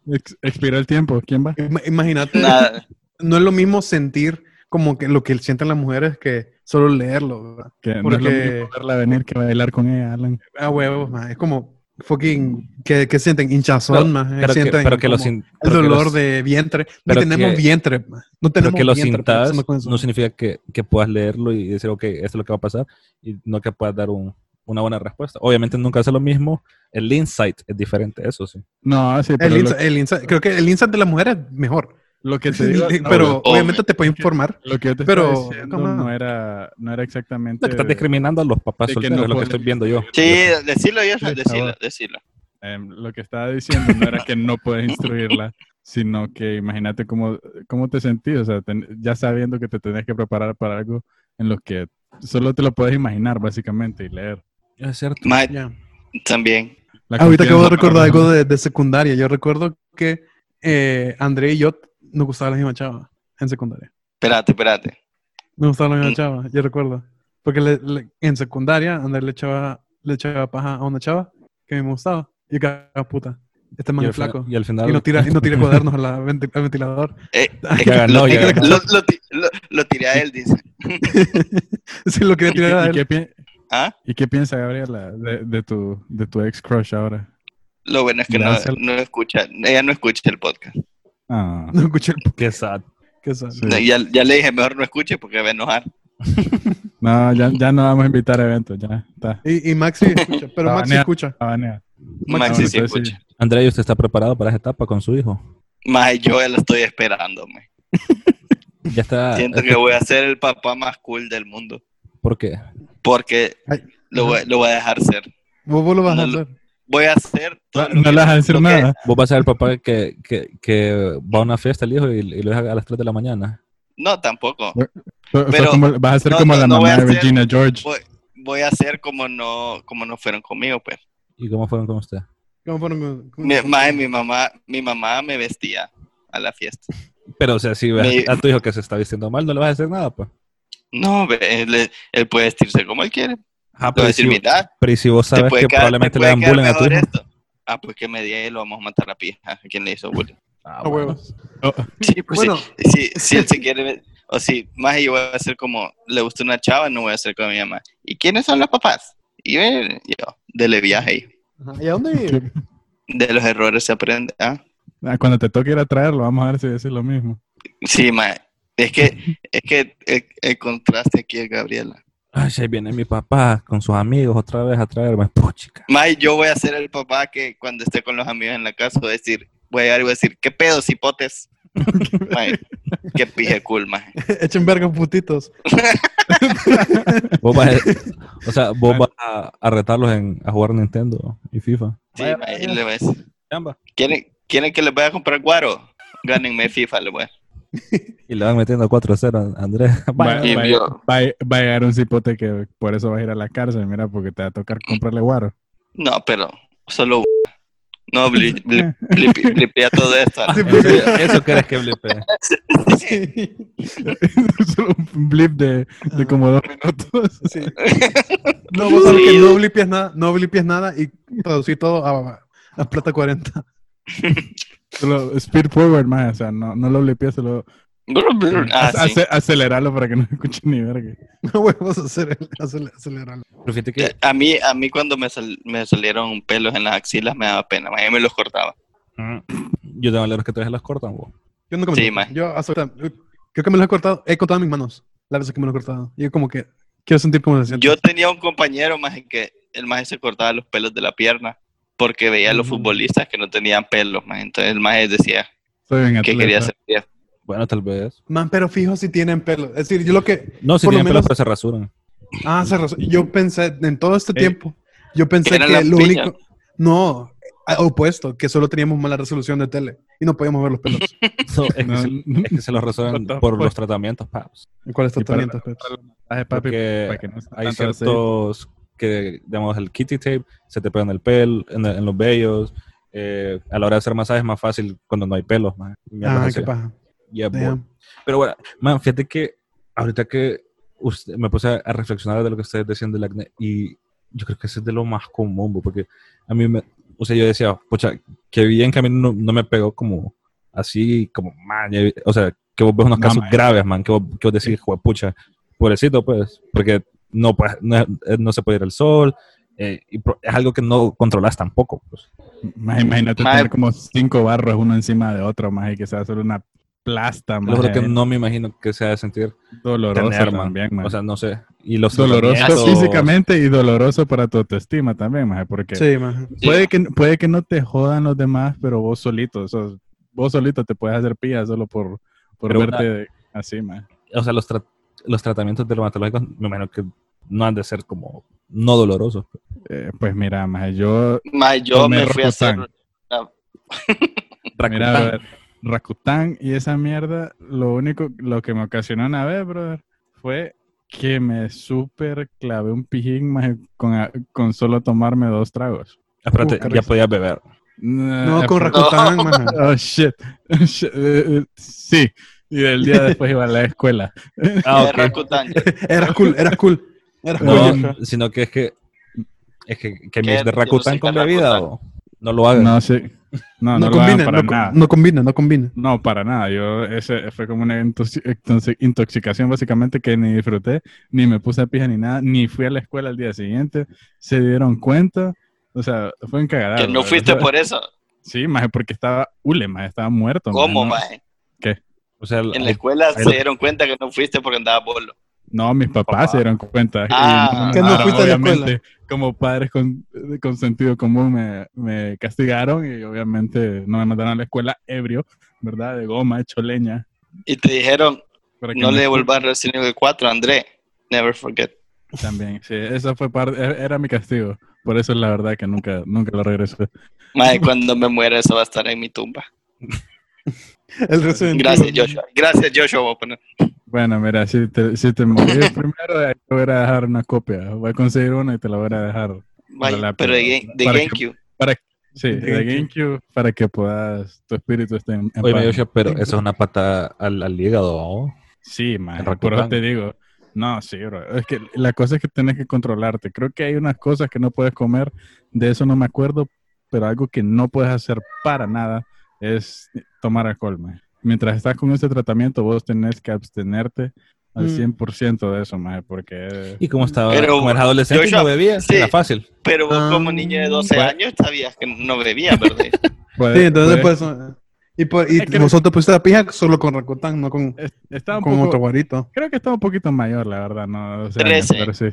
D: Ex- expiró el tiempo. ¿Quién va?
B: im- Imagínate...
C: Nada.
B: no es lo mismo sentir como que lo que sienten las mujeres que solo leerlo. ¿verdad?
D: Que no es lo
B: Porque-
D: mismo verla venir que bailar con ella, Alan.
B: A huevos, ma, es como fucking que, que sienten hinchazón,
A: Pero-
B: ma, eh,
A: Pero que,
B: sienten
A: pero que lo
B: como
A: sin-
B: el
A: pero que lo
B: dolor
A: sin-
B: de vientre. No
A: pero
B: tenemos
A: que-
B: vientre, ma, no
A: pero
B: tenemos
A: que lo
B: vientre. por
A: sintas
B: eso me con eso.
A: no significa que, que puedas leerlo y decir, ok, esto es lo que va a pasar, y no que puedas dar un- una buena respuesta. Obviamente nunca hace lo mismo, el insight es diferente, eso sí.
D: No, sí, pero
B: el
D: lo-
B: insa- el insa- creo que el insight de las mujeres es mejor,
D: lo, que te digo... no,
B: pero
D: lo-
B: obviamente te puede informar.
D: Lo que yo te
B: pero-
D: estaba diciendo
B: come on.
D: no era, no era exactamente...
A: No, que estás discriminando a los papás
D: de que
A: solteros,
D: no
A: es lo que
D: puedes-
A: estoy viendo yo.
C: Sí, decirlo yo,
D: Sí,
C: decirlo,
D: cabrón.
C: decirlo.
D: Em, lo que estaba diciendo no era que no puedes instruirla, sino que imagínate cómo, cómo te sentís, o sea, ten- ya sabiendo que te tenés que preparar para algo en lo que solo te lo puedes imaginar, básicamente, y leer.
A: Es cierto.
C: Más
B: Ya.
C: también.
D: La
B: Ahorita acabo de
D: confianza
B: recordar
D: para-
B: algo de, de secundaria. Yo recuerdo que eh, André y yo nos gustaba la misma chava en secundaria.
C: Espérate, espérate.
B: Me gustaba la misma
C: Mm.
B: chava, yo recuerdo. Porque le- le- en secundaria, Andrés le echaba, le echaba paja a una chava que a mí me gustaba. Y yo cagaba puta. Este man
A: Y al,
B: es
A: fina-
B: flaco.
A: y al final,
B: Y no tira, y no tira cuadernos a la venti- al ventilador.
C: Eh, es
A: Ya
C: que
A: ganó,
C: lo,
A: ya
C: tiré-
A: ganó.
C: lo- lo ti- lo- lo tiré a él, dice.
B: sí, lo quería
D: ¿Y,
B: tirar a
D: qué- y
B: él.
D: qué, pi-
C: ¿Ah?
D: y qué piensa Gabriela de, de tu, de tu ex crush ahora?
C: Lo bueno es que no,
D: Lánzalo.
C: no escucha, ella no escucha el podcast.
D: Ah,
B: No escuché el
A: qué sad.
B: que sale.
D: Sí.
C: Ya, ya le dije, mejor no escuche porque va a enojar.
D: No, ya, ya no vamos a invitar a eventos, ya está.
B: Y, y Maxi escucha, pero
D: La
B: Maxi
D: banea.
B: escucha.
D: Ah, nea.
C: Maxi sí
D: entonces
C: escucha.
A: Andrea, ¿y ¿usted está preparado para esa etapa con su hijo?
C: Más yo la estoy esperando, mae.
A: Ya está.
C: Siento que voy a ser el papá más cool del mundo.
A: ¿Por qué?
C: Porque
B: Ay,
C: lo voy, lo voy a dejar ser.
B: Vos, vos lo vas a
C: No lo-
B: hacer.
C: Voy a hacer. todo lo
D: No
C: que-
D: le vas a decir
C: lo que-
D: nada.
A: ¿Vos vas a ser el papá que, que- que va a una fiesta el hijo y, y lo deja a las 3 de la mañana?
C: No, tampoco.
D: So- so
C: Pero-
D: como- vas a ser
C: no,
D: como
C: no,
D: la
C: no voy
D: mamá
C: a
D: de
C: ser-
D: Regina George.
C: Voy, voy a ser como no, como no fueron conmigo, pues.
A: ¿Y cómo fueron con usted?
B: ¿Cómo fueron con- con-
C: Mi,
B: con-
C: mae, mi mamá, mi mamá me vestía a la fiesta.
A: Pero, o sea, si ves
C: Me-
A: a tu hijo que se está vistiendo mal, no le vas a hacer nada, pues.
C: No, ve, él, él puede vestirse como él quiere.
A: Ah,
C: Te
A: pero,
C: voy a decir,
A: si,
C: mira,
A: pero ¿y si vos
C: te
A: sabes
C: puede
A: que
C: quedar,
A: probablemente
C: te
A: le
C: puede
A: dan
C: quedar
A: bullying a tu
C: mejor
A: hijo.
C: esto. Ah, pues que me diga y lo vamos a matar a pija. ¿A quién le hizo bullying?
A: Ah,
B: A
A: bueno.
B: huevos.
C: Sí, pues sí.
B: Bueno.
C: si, si él se quiere, o si más yo voy a ser como, le gusta una chava, no voy a ser como mi mamá. ¿Y quiénes son los papás? Y él, yo, dele viaje. ahí.
B: Ajá, ¿Y a dónde vive?
C: De los errores se aprende. ¿ah?
D: Ah, Cuando te toque ir a traerlo, vamos a ver si decís lo mismo.
C: Sí, ma, es que, es que el, el contraste aquí es Gabriela.
A: Ay, ahí viene mi papá con sus amigos otra vez a traerme. Puchica.
C: Más yo voy a ser el papá que cuando esté con los amigos en la casa voy a decir, voy a llegar y voy a decir, ¿qué pedo, cipotes? Ma, qué pije cool, ma.
B: Echen verga, putitos.
A: Vos vas a- o sea, vos vas a, a retarlos en, a jugar Nintendo y FIFA.
C: Sí,
A: Vaya,
C: ma,
A: vaya.
C: y le voy a decir,
A: Chamba.
C: ¿quieren, quieren que les vaya a comprar guaro? Gánenme FIFA, le voy a
A: Y le van metiendo 4-0 a Andrés.
D: Va,
C: Y
D: va-
C: yo-
D: va- va a llegar un cipote que por eso vas a ir a la cárcel, mira, porque te va a tocar comprarle guaro.
C: No, pero solo no bli- bli- bli- blipea todo esto.
A: ¿En serio? Eso querés que blipe.
B: Sí.
D: Solo un blip de, de como dos minutos.
B: Sí. No, vos sabés
C: Sí.
B: que no blipies nada, no blipies nada y traducí todo a, a plata 40.
D: Solo speed forward, más, o sea, no, no lo blipees, solo
C: Ah,
D: ac-
C: sí.
D: ace- aceleralo para que no escuche ni verga.
B: No huevos a hacer el acel- acelerarlo.
A: Pero fíjate que
C: Eh, A mí, a mí cuando me, sal- me salieron pelos en las axilas me daba pena, ma, yo me los cortaba.
A: yo tengo leeros que todavía las cortan, vos.
B: Yo nunca me
C: Sí,
B: lo-
C: man.
B: Yo hasta ahorita- creo que me lo he cortado, he cortado mis manos. Las veces que me lo he cortado. Y yo como que quiero sentir cómo se siente.
C: Yo tenía un compañero más que el más se cortaba los pelos de la pierna porque veía a los
B: Ujú.
C: futbolistas que no tenían pelos, más entonces el más decía
D: Soy un
C: que
D: Mm. atleta.
C: quería ser viejo.
A: Bueno, tal vez.
B: Man, pero fijo si tienen pelo. Es decir, yo lo que
A: No, si
B: Por lo
A: tienen pelos,
B: menos-
A: pero se rasuran.
B: Ah, se razón. Yo pensé, en todo este
D: Eh,
B: tiempo, yo pensé
C: eran
B: que
C: las
B: lo
C: piñas.
B: único. No, a- opuesto, que solo teníamos mala resolución de tele y no podíamos ver los pelos.
A: No, es, que
D: No,
A: se, es que se los rasuran
D: What the
A: por
D: fuck?
A: los tratamientos, paps.
B: ¿Cuál es tu
D: Y para-
B: tratamiento? Peps?
D: Ay, papi, para
A: Porque
D: que no sea
A: hay
D: tanto
A: ciertos que, digamos, el kitty tape se te pega en el pelo, en, en los vellos. eh, a la hora de hacer masajes es más fácil cuando no hay pelos. man. Mierdas
B: Ah,
A: así.
B: qué paja.
A: Yeah, boy.
B: Damn.
A: Pero bueno, man, fíjate que ahorita que usted- me puse a, a reflexionar de lo que ustedes decían del acné y yo creo que eso es de lo más común, bo, porque a mí me, o sea, yo decía, pucha, que bien que a mí no, no me pegó como así, como, man, ya vi- o sea, que vos ves unos
D: No,
A: casos
D: man.
A: graves, man, que vos, que vos decís, "Jue pucha, pobrecito, pues, porque no, pues, no, eh, no se puede ir al sol, eh, y pro- es algo que no controlas tampoco, pues.
D: Más imagínate
C: Mae.
D: tener como cinco barros uno encima de otro, más y que sea solo una plasta,
A: Lo
D: más
A: juro que no me imagino que sea de sentir,
D: doloroso
A: tener, man.
D: también, mae.
A: o sea, no sé, y los
D: doloroso
A: tratamientos-
D: físicamente y doloroso para tu autoestima también, más porque
B: Sí, man.
D: puede que puede que no te jodan los demás, pero vos solito, sos- vos solito te puedes hacer pilla solo por, por
A: Pero una-
D: verte así, más.
A: o sea, los, tra- los tratamientos dermatológicos, me imagino que no han de ser como no dolorosos.
D: pues mira, más yo
C: Ma, yo
D: Tomé
C: me fui a hacer
D: Rocotan.
A: Rakuten,
D: Mira, brother, Rakután y esa mierda, lo único, lo que me ocasionó una vez, brother, fue que me súper clavé un pijín maje, con, a- con solo tomarme dos tragos.
A: ah, espérate,
B: Uh, qué
A: ya
B: risa.
A: podías beber.
B: No,
D: Eh,
B: con
D: fue-
B: Rakután, man.
D: Oh, shit. Shit, eh, eh, Sí. Y el día después iba a la escuela.
A: Ah,
C: de
A: ok.
C: Rakuten.
B: Eras cool, eras cool. Eras
A: No,
B: cool.
A: sino que es que es que, que
C: ¿Qué?
A: mix de
C: Yo no
A: Rakután
C: sé
A: con
C: qué es
A: bebida
C: Rakután.
A: o no lo hagas.
D: No, sí.
B: No
D: No, no, lo hagan
B: combina,
D: para
B: no,
D: nada.
B: com- no combina, no combina.
D: No, para nada. Yo, ese fue como una intoxi- intoxi- intoxicación básicamente que ni disfruté, ni me puse a pija ni nada, ni fui a la escuela al día siguiente. Se dieron cuenta. O sea, fue un cagadero.
C: Que no
D: bro.
C: fuiste
D: O sea,
C: por eso.
D: Sí, más porque estaba hule, más estaba muerto. maje,
C: ¿Cómo,
D: ¿no?
C: ma?
A: O sea,
C: En la
A: hay-
C: escuela
A: ahí
C: se
A: lo-
C: dieron cuenta que no fuiste porque andaba bolo.
D: No, mis papás se dieron cuenta.
C: Ah.
D: Y
B: Que no
D: claro,
B: fuiste a la escuela.
D: obviamente, Como padres con, con sentido común me, me castigaron y obviamente no me mandaron a la escuela ebrio, ¿verdad? De goma, hecho leña.
C: Y te dijeron,
D: para que
C: no
D: me-
C: le devolvas Resident Evil 4, André. Never forget.
D: También, sí, esa fue parte, e- era mi castigo. Por eso es la verdad que nunca, nunca lo regresé.
C: Madre, cuando me muera, eso va a estar en mi tumba.
B: El Resident
C: Gracias,
B: Evil.
C: Joshua. Gracias, Joshua. voy a poner.
D: Bueno, mira, si te, si te morís primero, ahí te voy a dejar una copia. Voy a conseguir una y te la voy a dejar.
C: Vaya,
D: Ojalá,
C: pero de, Game-
D: pero-
C: de
D: para que-
C: GameCube.
D: Sí, de GameCube para que puedas, tu espíritu esté en, en
A: Oye,
D: paz.
A: Yoshi, pero eso es una patada al, al hígado, ¿no?
D: Sí, man,
A: En
D: por eso
A: Rakuten.
D: te digo. No, sí, bro. Es que la cosa es que tienes que controlarte. Creo que hay unas cosas que no puedes comer, de eso no me acuerdo, pero algo que no puedes hacer para nada es tomar alcohol, man. Mientras estás con ese tratamiento, vos tenés que abstenerte al
B: Mm.
D: 100% de eso, man, porque...
A: Y como estaba,
C: Pero,
A: como eras adolescente y
C: Joshua,
A: no bebías,
C: sí.
A: era fácil.
C: Pero vos, como
B: Ah,
C: niño de 12
D: bueno.
C: años, sabías que no bebías, ¿verdad?
D: puede-
B: Sí, entonces
D: puede-
B: pues... eh, Y, por, y
D: Es que-
B: vosotros pusiste la pija solo con Rakután, no con,
D: es- Está un
B: con
D: poco-
B: otro guarito.
D: Creo que está un poquito mayor, la verdad, no doce años,
C: Trece.
D: pero sí.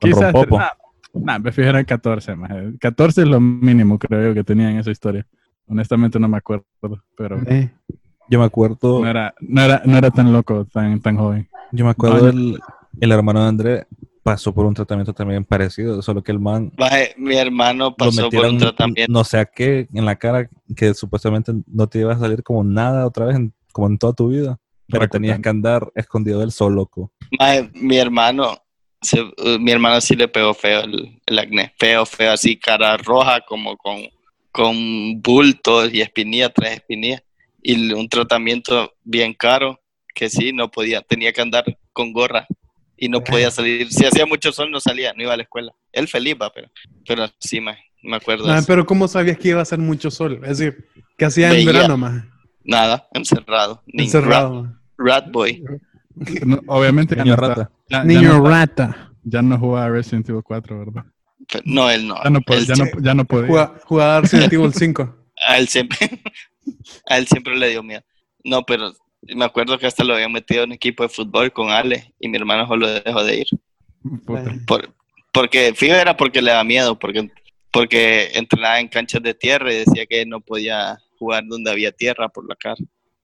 A: Con
D: Quizás...
A: rompopo.
D: Nah, nah, me fijaron en 14, más. 14 es lo mínimo, creo yo, que tenía en esa historia. Honestamente no me acuerdo, pero
B: Eh.
A: Yo me acuerdo,
D: no era, no era, no era tan loco, tan, tan joven.
A: yo me acuerdo
D: No,
A: el, el hermano de André pasó por un tratamiento también parecido, solo que el man
C: Mae, mi hermano
A: lo
C: pasó por
A: metieron
C: un tratamiento.
A: no sé a qué en la cara que supuestamente no te iba a salir como nada otra vez, en- como en toda tu vida. Pero
D: Rakuten.
A: tenías que andar escondido del sol, loco.
C: Mae, mi hermano, se- uh, mi hermano sí le pegó feo el, el acné, feo, feo, así cara roja, como con, con bultos y espinillas, tres espinillas, y l- un tratamiento bien caro, que sí, no podía, tenía que andar con gorra y no podía salir. Si hacía mucho sol no salía, no iba a la escuela. Él feliz, va, pero, pero sí, mae, me acuerdo. de
B: Ah,
C: eso.
B: pero ¿cómo sabías que iba a hacer mucho sol? Es decir, ¿qué hacía en
C: Veía.
B: verano más?
C: Nada, encerrado. ni-
B: Encerrado. ma.
C: Rat, rat boy.
D: No, obviamente ya
A: Niño
D: no está-
A: rata.
D: ya- ya
B: Niño
D: no-
B: rata.
D: ya no jugaba Resident Evil 4, ¿verdad?
C: No, él no.
D: Ya no, po-
C: él
D: ya no, ya no podía.
B: Juga- Jugador Resident Evil 5.
C: A él siempre, a él siempre le dio miedo. No, pero me acuerdo que hasta lo habían metido en un equipo de fútbol con Ale y mi hermano solo dejó de ir.
D: Puta.
C: Por, porque, fijo, era porque le daba miedo, porque, porque entrenaba en canchas de tierra y decía que no podía jugar donde había tierra por la cara.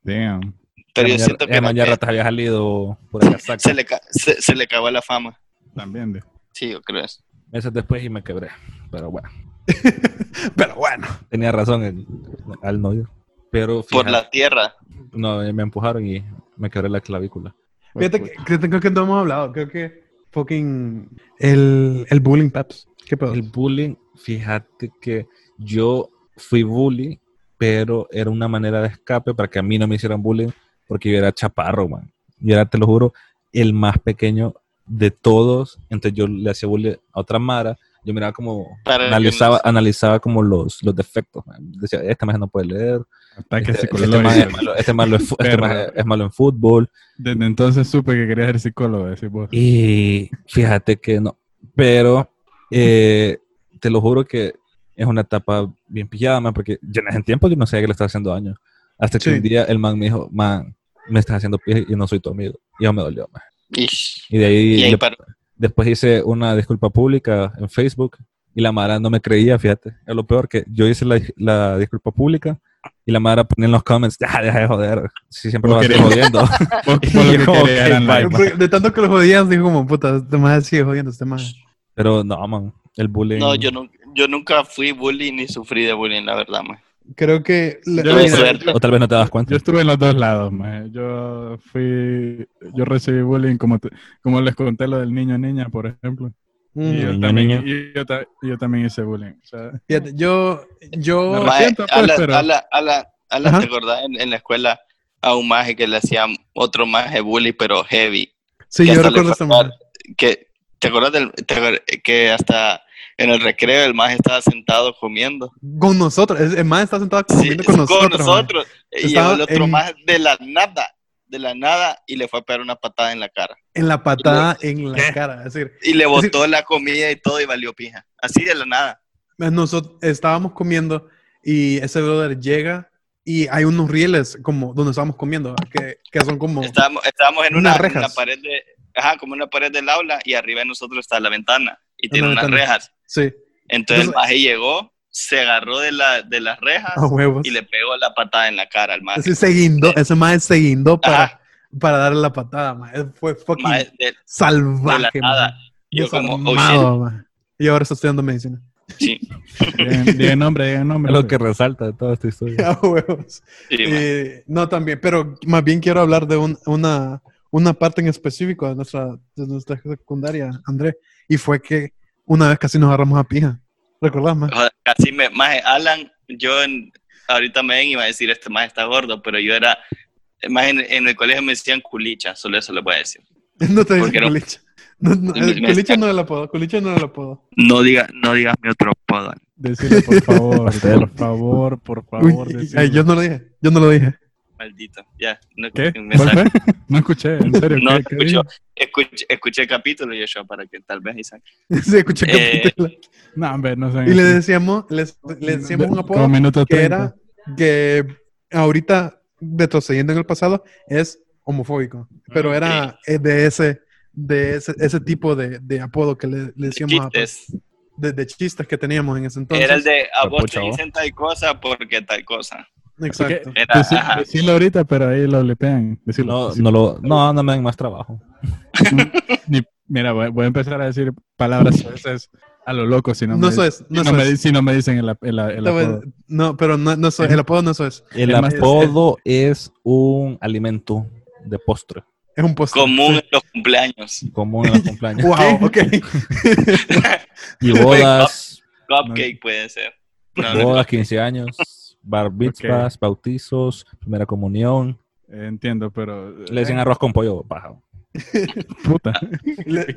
D: Damn.
C: Pero
A: Ya
C: yo
A: mañana-
C: siento que
A: ya
C: era
A: mañana
C: que
A: ratas había salido por acá saco.
C: se le, ca- se, se le acabó la fama.
D: También. de-
C: Sí, yo creo eso.
A: meses después y me quebré. Pero bueno,
B: Pero bueno.
A: tenía razón el- al no ir. Pero
C: Por
A: fíjate,
C: la tierra.
A: no, me empujaron y me quebré la clavícula.
D: Pues,
B: Fíjate que, que creo que no hemos hablado. Creo que fucking el, el bullying, paps. ¿Qué pedo?
A: El bullying, fíjate que yo fui bully, pero era una manera de escape para que a mí no me hicieran bullying porque yo era chaparro, man. Yo era, te lo juro, el más pequeño de todos. Entonces yo le hacía bullying a otra Mara. Yo miraba como,
C: Para que
A: analizaba,
C: nos-
A: analizaba como los, los defectos. man. Decía, esta más no puede leer,
D: Ataque
A: Este, este
D: psicológico.
A: man es malo- este man lo es fu- este
D: Perro.
A: man es- es malo en fútbol.
D: Desde entonces supe que quería ser psicólogo, decís vos.
A: Y fíjate que no. Pero eh, te lo juro que es una etapa bien pillada, man, porque yo en ese tiempo yo no sabía que le estaba haciendo daño. Hasta que
B: Sí.
A: un día el man me dijo, man, me estás haciendo pija y no soy tu amigo. Y yo me dolió, man.
C: Ish.
A: Y de ahí,
C: Y ahí
A: le-
C: paró.
A: después hice una disculpa pública en Facebook y la Mara no me creía, fíjate. Es lo peor que yo hice la, la disculpa pública y la Mara ponía en los comments, "Ya, deja de joder, si siempre lo
D: Vos
A: vas a seguir
D: querés-
A: jodiendo.
B: Ah.
D: Vos- vos lo que
A: Yo,
D: querías
A: ok,
D: eran
A: bye,
D: likes.
B: Porque De tanto que lo jodías, dijo como, puta, este más sigue jodiendo este más.
A: Pero no, man, el bullying.
C: No, yo, nu- yo nunca fui bullying ni sufrí de bullying, la verdad, man.
B: Creo que... la-
C: Yo
B: mira,
C: de suerte.
A: O tal vez no te das cuenta.
D: Yo estuve en los dos lados, mae. Yo fui, yo recibí bullying como, te- como les conté lo del niño niña, por ejemplo.
B: mm,
D: Y yo
A: Niño,
D: también,
A: niña.
D: y yo ta- y yo también hice bullying. O sea,
B: fíjate, yo... yo
D: Normal.
C: Mae,
D: siento, pues,
C: Alan,
D: pero-
C: Alan, Alan, Alan,
B: Ajá.
C: ¿te acordás en, en la escuela a un maje que le hacían otro maje bully, pero heavy?
B: sí,
C: que
B: yo
C: hasta le
B: recuerdo esta
C: faltaba-
B: madre.
C: Que, ¿Te acordás del, te acuer- que hasta en el recreo el maje estaba sentado comiendo?
B: Con nosotros. Es, el más está sentado
C: Sí,
B: comiendo con nosotros. ma.
C: nosotros. Y
B: Estaba
C: llegó el otro
B: en-
C: maje de la nada, de la nada, y le fue a pegar una patada en la cara.
B: En la patada, en la cara. Es decir,
C: Y le
B: Es decir-
C: botó la comida y todo y valió pija. Así de la nada.
B: Nosotros estábamos comiendo y ese brother llega Y hay unos rieles como donde estábamos comiendo, que, que son como...
C: Estábamos, estábamos en
B: Unas
C: una, en
B: rejas.
C: la pared de, ajá, como una pared del aula y arriba de nosotros está la ventana y tiene
B: Una
C: unas
B: ventana.
C: rejas.
B: Sí,
C: Entonces el
B: Entonces-
C: maje llegó, se agarró de, la, de las rejas
D: Ah,
B: a huevos.
C: y le pegó la patada en la cara al maje.
B: Ese se guindó, ese maje se guindó para,
C: Ajá.
B: para darle la patada, maje. Fue fucking
C: Maje, de-
B: salvaje,
C: de la nada.
B: maje.
C: y yo como, oh,
B: Desarmado, maje. Y ahora está estudiando medicina.
C: sí,
D: Digan, digan nombre, digan nombre.
A: Es lo que resalta de toda esta historia.
B: A huevos.
C: sí, maje.
B: Eh, no, también, pero más bien quiero hablar de un- una, una parte en específico de nuestra, de nuestra secundaria, André. Y fue que una vez casi nos agarramos a pija. ¿Recordás, maje?
C: Joder, casi me, maje, Alan, yo en- ahorita me ven y va a decir, este maje está gordo, pero yo era, más en, en el colegio me decían culicha, solo eso le voy a decir.
B: No te
C: ¿Por qué
B: dije
C: no?
B: culicha. No, no,
C: Me-
B: eh,
C: me
B: culicha no la apodo, culicha no la apodo.
C: No digas no digas mi otro apodo.
D: Decirle, por favor,
A: Pastel.
D: por favor, por favor.
B: Uy,
D: decirle.
B: ay, yo no lo dije, yo no lo dije.
C: Maldito, ya. No,
D: ¿Qué?
C: me
D: ¿Cuál
C: sale.
D: fue? No escuché, en serio.
C: No,
D: ¿qué- qué
C: escucho.
D: dijo?
C: Escuché, escuché el capítulo, Joshua, para que tal vez Isaac.
B: Sí, escuché
C: Eh,
B: capítulo.
D: No, hombre, no sé.
B: Y le decíamos, les- le decíamos un
D: Como
B: apodo
D: minuto
B: que
D: 30.
B: era que ahorita retrocediendo en el pasado es homofóbico. Pero era eh, de ese, de ese, ese tipo de, de apodo que le, le decíamos a-
C: Chistes.
B: de, de chistes que teníamos en ese entonces.
C: era el de a vos te
D: chavo.
C: dicen tal cosa porque tal cosa.
B: Exacto.
C: Era,
D: Decí-
C: ajá.
D: decirlo ahorita, pero ahí lo lepean. Decirlo.
A: No, no, lo, no, no me den más trabajo.
D: Ni- mira, voy, voy a empezar a decir palabras sueltas a lo loco.
C: eh,
D: Si no,
B: No
D: me,
B: soes,
D: si
B: no
D: no me,
B: soes.
D: di- si no me dicen el, ap- el, el
B: Te voy-
D: apodo.
B: no, pero no, no eso- el apodo no eso es.
A: El
D: Es más-
A: apodo es un alimento de postre,
B: Es un postre.
C: Común en los cumpleaños.
A: común en los cumpleaños
B: Wow, ok.
D: Eh,
A: y bodas,
C: Cupcake puede ser.
B: Pues,
C: No, no,
A: bodas, 15 años, bar mitzvahs, bautizos, primera comunión.
D: Eh, Entiendo, pero.
A: Le dicen arroz con pollo, paja.
D: puta.
B: Le- Le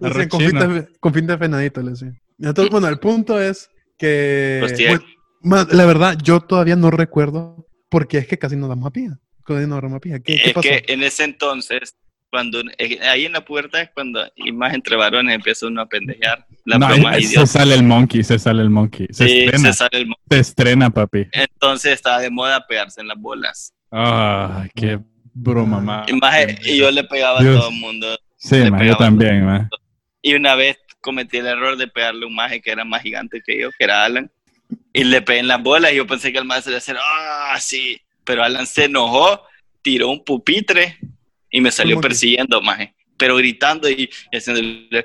D: Arroz
B: decían
D: chino.
B: con fin de fenadito, le decían. Entonces, bueno, el punto es que.
C: Hostia.
B: bueno, ma- la verdad, yo todavía no recuerdo porque es que casi nos damos a pija. Casi nos damos a pija. ¿Qué, qué
C: es
B: pasó?
C: que en ese entonces, cuando eh, ahí en la puerta es cuando, y más entre varones, empieza uno a pendejear. La
D: No,
C: broma
D: ahí se
C: idiota.
D: sale el monkey, se sale el monkey. Se
C: Sí,
D: estrena,
C: se sale el mo-
D: se estrena, papi.
C: Entonces estaba de moda pegarse en las bolas.
D: Ah, qué broma, ma.
C: Y,
B: Ah,
C: maje, y yo le pegaba
D: Dios.
C: a todo el mundo.
D: Sí,
C: le
D: ma, yo
C: pegaba.
D: también, ma.
C: Y una vez cometí el error de pegarle a un maje que era más gigante que yo, que era Alan. Y le pegué en las bolas y yo pensé que el maje se le hacía, ah, sí. Pero Alan se enojó, tiró un pupitre y me salió
B: ¿Cómo que?
C: persiguiendo, maje. Pero gritando y, y haciéndole...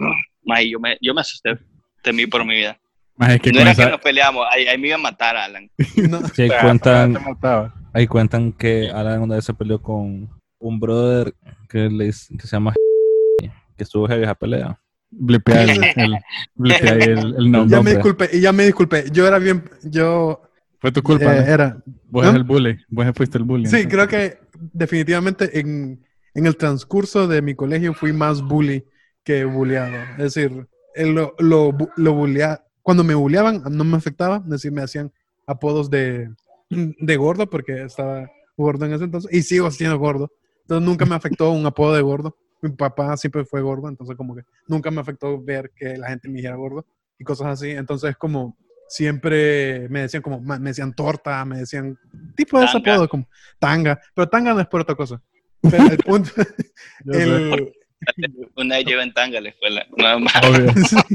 C: maje, yo me, yo me asusté. Temí por mi vida.
D: Ma, es que
C: No
D: con
C: era
D: esa-
C: que nos peleamos, ahí, ahí me iba a matar a Alan.
B: No,
A: Sí, ahí
D: Ah,
A: cuentan,
D: te mataba.
A: ahí cuentan que Alan una vez se peleó con un brother que, le, dice- que se llama que estuvo heavy esa pelea.
D: Blipea el, el, blipea ahí el, el nombre. pues.
B: ya me
A: hombre.
B: disculpé, y ya me disculpé. Yo era bien. Yo.
D: Fue tu culpa,
B: eh,
D: ¿no?
B: era.
D: Vos
B: ¿no?
D: eres el bully. Vos fuiste el bully.
B: Sí,
D: ¿no?
B: creo que definitivamente en, en el transcurso de mi colegio fui más bully que bulleado. Es decir, el- lo, lo, bu- lo bulea- cuando me bulleaban no me afectaba, es decir, me hacían apodos de, de gordo porque estaba gordo en ese entonces y sigo siendo gordo. Entonces nunca me afectó un apodo de gordo. Mi papá siempre fue gordo, entonces como que nunca me afectó ver que la gente me dijera gordo y cosas así. Entonces como siempre me decían como, ma- me decían torta, me decían tipo de ese
C: Tanga.
B: apodo como tanga, pero tanga no es por otra cosa. Pero el punto,
D: Yo sé.
B: el-
C: Una vez lleva en tanga a la escuela. Nada más.
D: Obvio.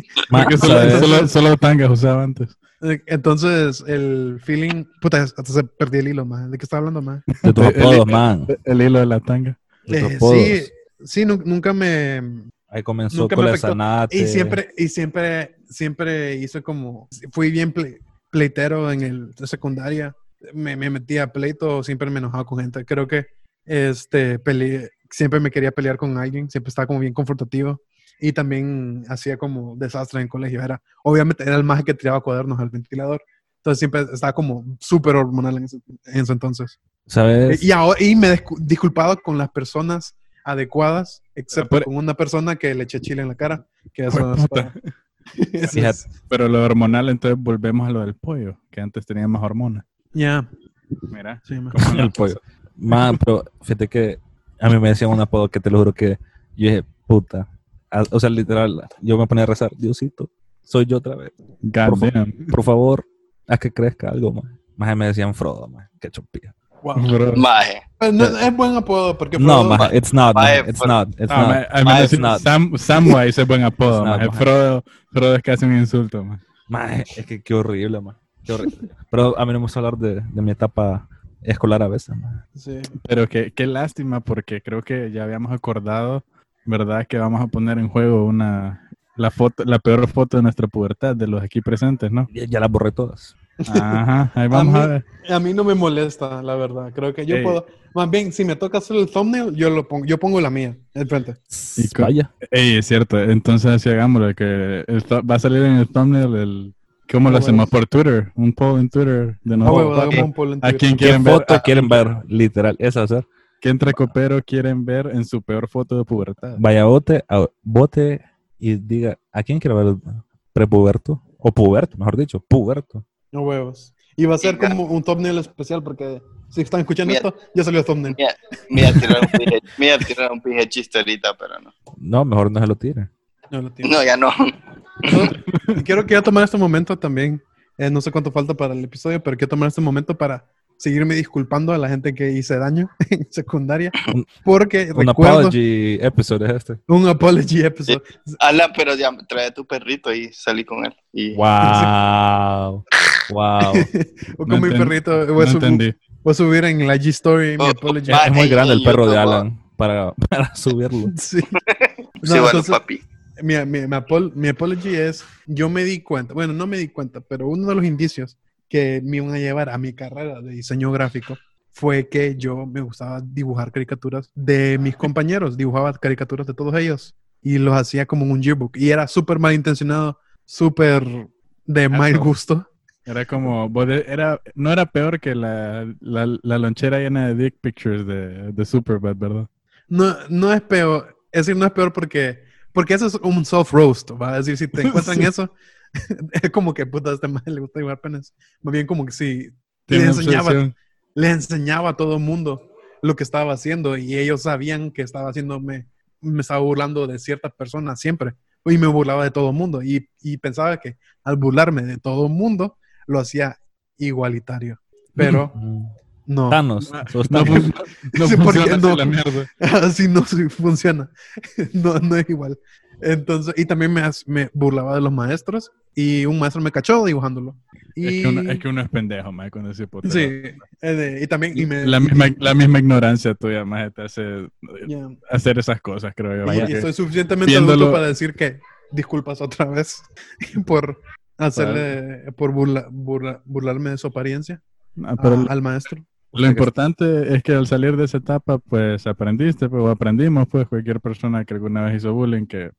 A: Ma,
D: Porque solo,
A: ¿sabes?
D: solo, solo tangas usaba antes.
B: entonces el feeling, puta, hasta se perdí el hilo más. ¿De qué estaba hablando más?
A: de tus apodos, man.
D: El hilo de la tanga.
A: De tus apodos.
B: Eh, sí, sí, nu- nunca me
A: Ahí comenzó
B: nunca me
A: con la
B: afectó.
A: sanate.
B: y siempre y siempre siempre hice como fui bien ple- pleitero en el en secundaria. Me, me metía a pleito, siempre me enojaba con gente. Creo que este peleé- siempre me quería pelear con alguien, siempre estaba como bien confrontativo. y también hacía como desastre en el colegio. Era, obviamente era el maje que tiraba cuadernos al ventilador. Entonces siempre estaba como súper hormonal en ese, en ese entonces.
A: ¿Sabes?
B: Y, ahora, y me discu- disculpaba con las personas adecuadas, excepto
D: Pero-
B: con una persona que le eché chile en la cara. Que eso
D: Jue
B: es
D: puta.
B: para- Eso es-
A: Fíjate.
D: Pero lo hormonal, entonces volvemos a lo del pollo, que antes tenía más hormonas.
B: Ya,
D: Mira.
B: sí, ma.
D: cómo la
A: El pollo.
D: cosa.
A: Man, pero fíjate que a mí me decían un apodo que te lo juro que yo dije, puta. Ah, O sea, literal, yo me ponía a rezar, Diosito, soy yo otra vez.
D: God
A: Por favor.
D: damn.
A: Por favor, haz que crezca algo, man. Más me decían Frodo, más qué chupilla.
B: Wow.
D: Bro.
C: Maje.
B: Eh, no, es buen apodo porque
A: No,
B: Frodo-
A: más, it's not,
C: Maje,
A: maje, it's
C: por-
A: not, it's
D: Ah,
A: not.
D: ma- al
C: Ah,
D: menos
C: it's
D: sí,
A: not.
D: Sam, Samwise es buen apodo,
A: It's not,
D: maje.
A: maje.
D: Frodo, Frodo es casi un insulto, maje.
A: Maje, es que qué horrible, maje, qué horrible. Pero a mí no me gusta hablar de, de mi etapa escolar a veces, maje.
B: Sí.
D: Pero qué, qué lástima, porque creo que ya habíamos acordado, ¿verdad? Que vamos a poner en juego una la foto, la peor foto de nuestra pubertad, de los aquí presentes, ¿no?
A: Ya, ya las borré todas.
D: Ajá, ahí vamos a
B: mí-
D: ver.
B: A mí no me molesta, la verdad. Creo que yo
D: Ey.
B: puedo. Más bien, si me toca hacer el thumbnail, yo lo pongo, yo pongo la mía enfrente.
D: Y co-
A: Vaya.
D: Ey, es cierto, entonces así hagámoslo, que el thu- va a salir en el thumbnail el... ¿Cómo lo
B: ¿Cómo
D: hacemos? Por Twitter, un poll en Twitter de
B: Ah, huevo,
D: nuevo.
B: hagamos un poll en
D: ¿A
B: Twitter.
D: quién
A: ¿Qué
D: quieren ver?
A: foto
D: Ah,
A: quieren ver? Literal, esa va a ser.
D: ¿Qué entre copero quieren ver en su peor foto de pubertad?
A: Vaya, vote, a- vote y diga, ¿a quién quiere ver prepuberto? O puberto, mejor dicho, puberto.
B: No huevos. Y va a ser
C: Venga.
B: como un thumbnail especial porque si están escuchando
C: Mira.
B: esto, ya salió el thumbnail.
C: Me iba a tirar un pije, me iba a tirar un pije chiste ahorita, pero no.
A: No, mejor no se lo tire.
B: No, lo tiene.
C: No, ya no.
B: Yo- y quiero, quiero tomar este momento también. eh, no sé cuánto falta para el episodio, pero quiero tomar este momento para seguirme disculpando a la gente que hice daño en secundaria.
A: Un-
B: Porque
A: Un
B: recuerdo
A: apology episode es este.
B: un apology episode.
C: Alan, pero ya trae a tu perrito y salí con él. Y
A: Wow. Wow.
B: O con mi
D: enten-
B: perrito. eh,
D: No
B: Voy a, sub-
D: entendí.
B: voy a subir en la G Story mi
C: Oh,
B: apology.
C: va.
A: es muy
C: Ay,
A: grande el
C: yo
A: perro de
C: tampoco.
A: Alan para, para subirlo.
B: Sí.
C: se
B: No,
C: va
B: entonces-
C: papi.
B: Mi, mi, mi, apol- mi apology es, yo me di cuenta, bueno, no me di cuenta, pero uno de los indicios que me iban a llevar a mi carrera de diseño gráfico fue que yo me gustaba dibujar caricaturas de mis compañeros, dibujaba caricaturas de todos ellos y los hacía como en un yearbook y era súper malintencionado, súper de mal gusto.
D: Era como, vos de- era, no era peor que la, la, la lonchera llena de dick pictures de, de Superbad, ¿verdad?
B: No, no es peor, es decir, no es peor porque, porque eso es un soft roast, va a decir, si te encuentran
D: Sí.
B: eso, es como que puta, a este mal le gusta dibujar penes, más bien como que si...
D: Tiene
B: Le
D: una
B: enseñaba-
D: obsesión.
B: les enseñaba a todo el mundo lo que estaba haciendo y ellos sabían que estaba haciéndome, me estaba burlando de ciertas personas siempre y me burlaba de todo el mundo y, y pensaba que al burlarme de todo el mundo lo hacía igualitario, pero
A: Mm.
B: no,
D: Ah,
A: Thanos. sos
D: No,
A: Thanos.
D: fun- no
B: Sí, porque
D: funciona así
B: no.
D: la mierda.
B: así no se- funciona, no, no es igual. Entonces, y también me, as- me burlaba de los maestros y un maestro me cachó dibujándolo. Y,
D: Es, que uno, es que uno es pendejo, mae, cuando es hipotero.
B: sí, eh, de- y también y me-
D: La misma, la misma ignorancia tuya, mae, te hace
B: ya.
D: hacer esas cosas, creo yo.
B: Y,
D: Porque-
B: y soy suficientemente
D: viéndolo-
B: adulto para decir que disculpas otra vez por hacerle, por burla, burla- burlarme de su apariencia
D: Ah, pero
B: a-
D: lo-
B: al maestro.
D: lo importante es que al salir de esa etapa, pues aprendiste, pues o aprendimos, pues cualquier persona que alguna vez hizo bullying, que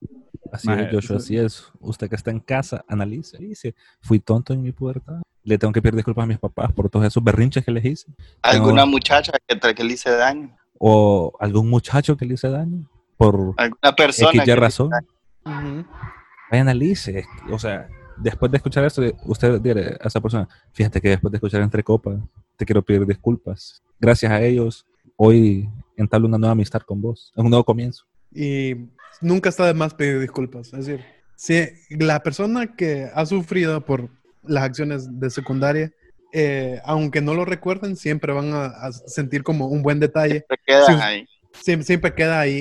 A: Así
D: Maje,
A: es, Joshua, así es. Usted que está en casa, analice. Dice, fui tonto en mi pubertad. Le tengo que pedir disculpas a mis papás por todos esos berrinches que les hice.
C: Alguna
A: No.
C: muchacha que, tra- que le hice daño.
A: O algún muchacho que le hice daño. Por
C: Alguna persona.
A: X
C: que le
A: razón.
C: hice daño.
A: Vaya, analice. O sea, después de escuchar esto, usted diré a esa persona, fíjate que después de escuchar Entre Copas, te quiero pedir disculpas. Gracias a ellos, hoy entablo una nueva amistad con vos. Es un nuevo comienzo.
B: Y nunca está de más pedir disculpas. Es decir, si la persona que ha sufrido por las acciones de secundaria, eh, aunque no lo recuerden, siempre van a- a sentir como un buen detalle
C: Te quedas
B: Sí, un-
C: ahí.
B: Siem- siempre queda ahí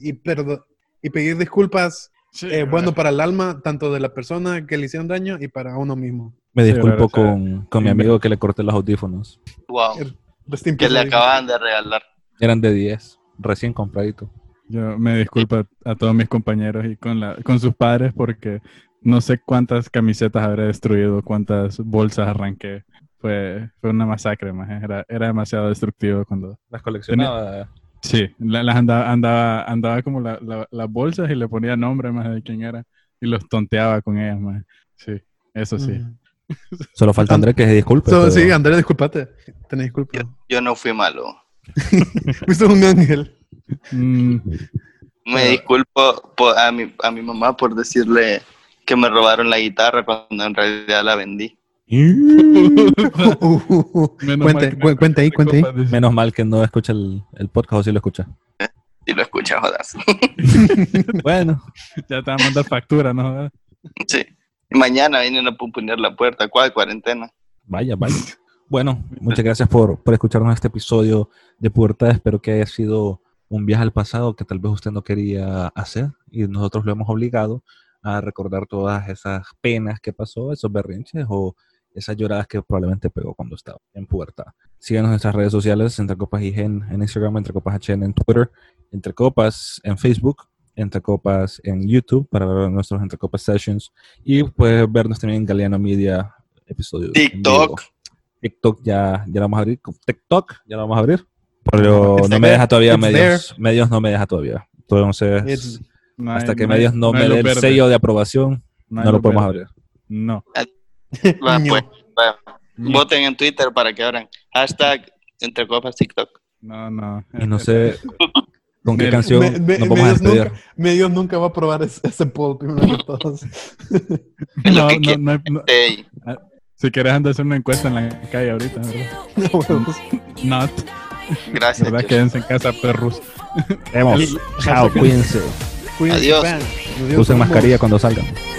B: y, y, perdo- y pedir disculpas, eh, bueno, para el alma, tanto de la persona que le hicieron daño y para uno mismo.
A: Me
D: Sí,
A: disculpo
D: claro, o sea,
A: con, con mi
D: en ver-
A: amigo que le corté los audífonos.
C: Wow.
B: Er, Rest in
C: Que
B: peace,
C: le
B: David.
C: acababan de regalar.
A: Eran de 10, recién compradito.
D: Yo me disculpo a- a todos mis compañeros y con, la, con sus padres porque no sé cuántas camisetas habré destruido, cuántas bolsas arranqué. Fue, fue una masacre, maje. Era, era demasiado destructivo cuando...
A: Las coleccionaba.
D: Sí, la- las andaba, andaba, andaba como la- la- las bolsas y le ponía nombre más de quién era y los tonteaba con ellas, maje. Sí, eso Pues sí. Pues
B: Ujú.
A: Solo falta Andrés que se disculpe.
B: So,
A: pero-
B: sí, Andrés, disculpate. Tenés disculpa.
C: Yo no fui malo.
B: Fuiste un ángel.
D: Mm,
B: Ah.
C: Me disculpo por- a, mi, a mi mamá por decirle que me robaron la guitarra cuando en realidad la vendí.
B: Uh, uh, uh.
D: Menos mal
B: Cuente,
D: que no
B: cu- cuente ahí, cuente ahí.
D: copas de-
A: Menos mal que no escucha el, el podcast o si lo escucha.
C: Si lo escuchas, jodas.
A: Bueno,
D: Ya te van a mandar factura, ¿no?
C: Sí. Y mañana vienen a pumpunear la puerta. ¿Cuál cuarentena?
A: vaya, vaya. Bueno, muchas gracias por, por escucharnos este episodio de Pubertad. Espero que haya sido un viaje al pasado que tal vez usted no quería hacer y nosotros lo hemos obligado a recordar todas esas penas que pasó, esos berrinches o esas lloradas que probablemente pegó cuando estaba en pubertad. Síganos en nuestras redes sociales, Entre Copas IG en, en Instagram, Entre Copas HN en Twitter, Entre Copas en Facebook, Entre Copas en YouTube para ver nuestros Entre Copas Sessions y puedes vernos también en Galeano Media episodio.
C: TikTok.
A: TikTok ya, ya lo vamos a abrir. TikTok ya lo vamos a abrir. Pero
C: It's
A: no me deja todavía
B: It's
A: medios. Medios no me deja todavía. Entonces,
B: It's-
D: No hay-
A: hasta que
D: no hay-
A: medios no,
D: hay
A: me dé
D: luz
A: el
D: verde,
A: sello de aprobación,
D: hay
A: no lo
D: luz
A: podemos
D: verde.
A: abrir.
D: No.
C: Va,
B: Ño.
C: pues, va. Voten en Twitter para que abran. Hashtag entre copas TikTok.
D: No, no.
A: Y no sé con qué
D: Me-
A: canción
B: me- me-
A: nos vamos a
B: medios nunca-
A: despedir.
B: Medios nunca va a probar ese, ese poll primero que todos.
C: Es lo
D: No,
C: que
D: no,
C: quiere.
D: no hay- no-
C: Ey.
D: Si quieres andar a hacer una encuesta en la calle ahorita, ¿verdad?
B: No, huevos.
D: Not.
C: Gracias.
D: ¿Verdad?
C: Jess.
D: Quédense en casa, perros.
A: Vemos. Chao, cuídense.
B: Cuídense,
C: Adiós.
B: pan. Adiós,
A: Usen
B: vamos.
A: mascarilla cuando salgan.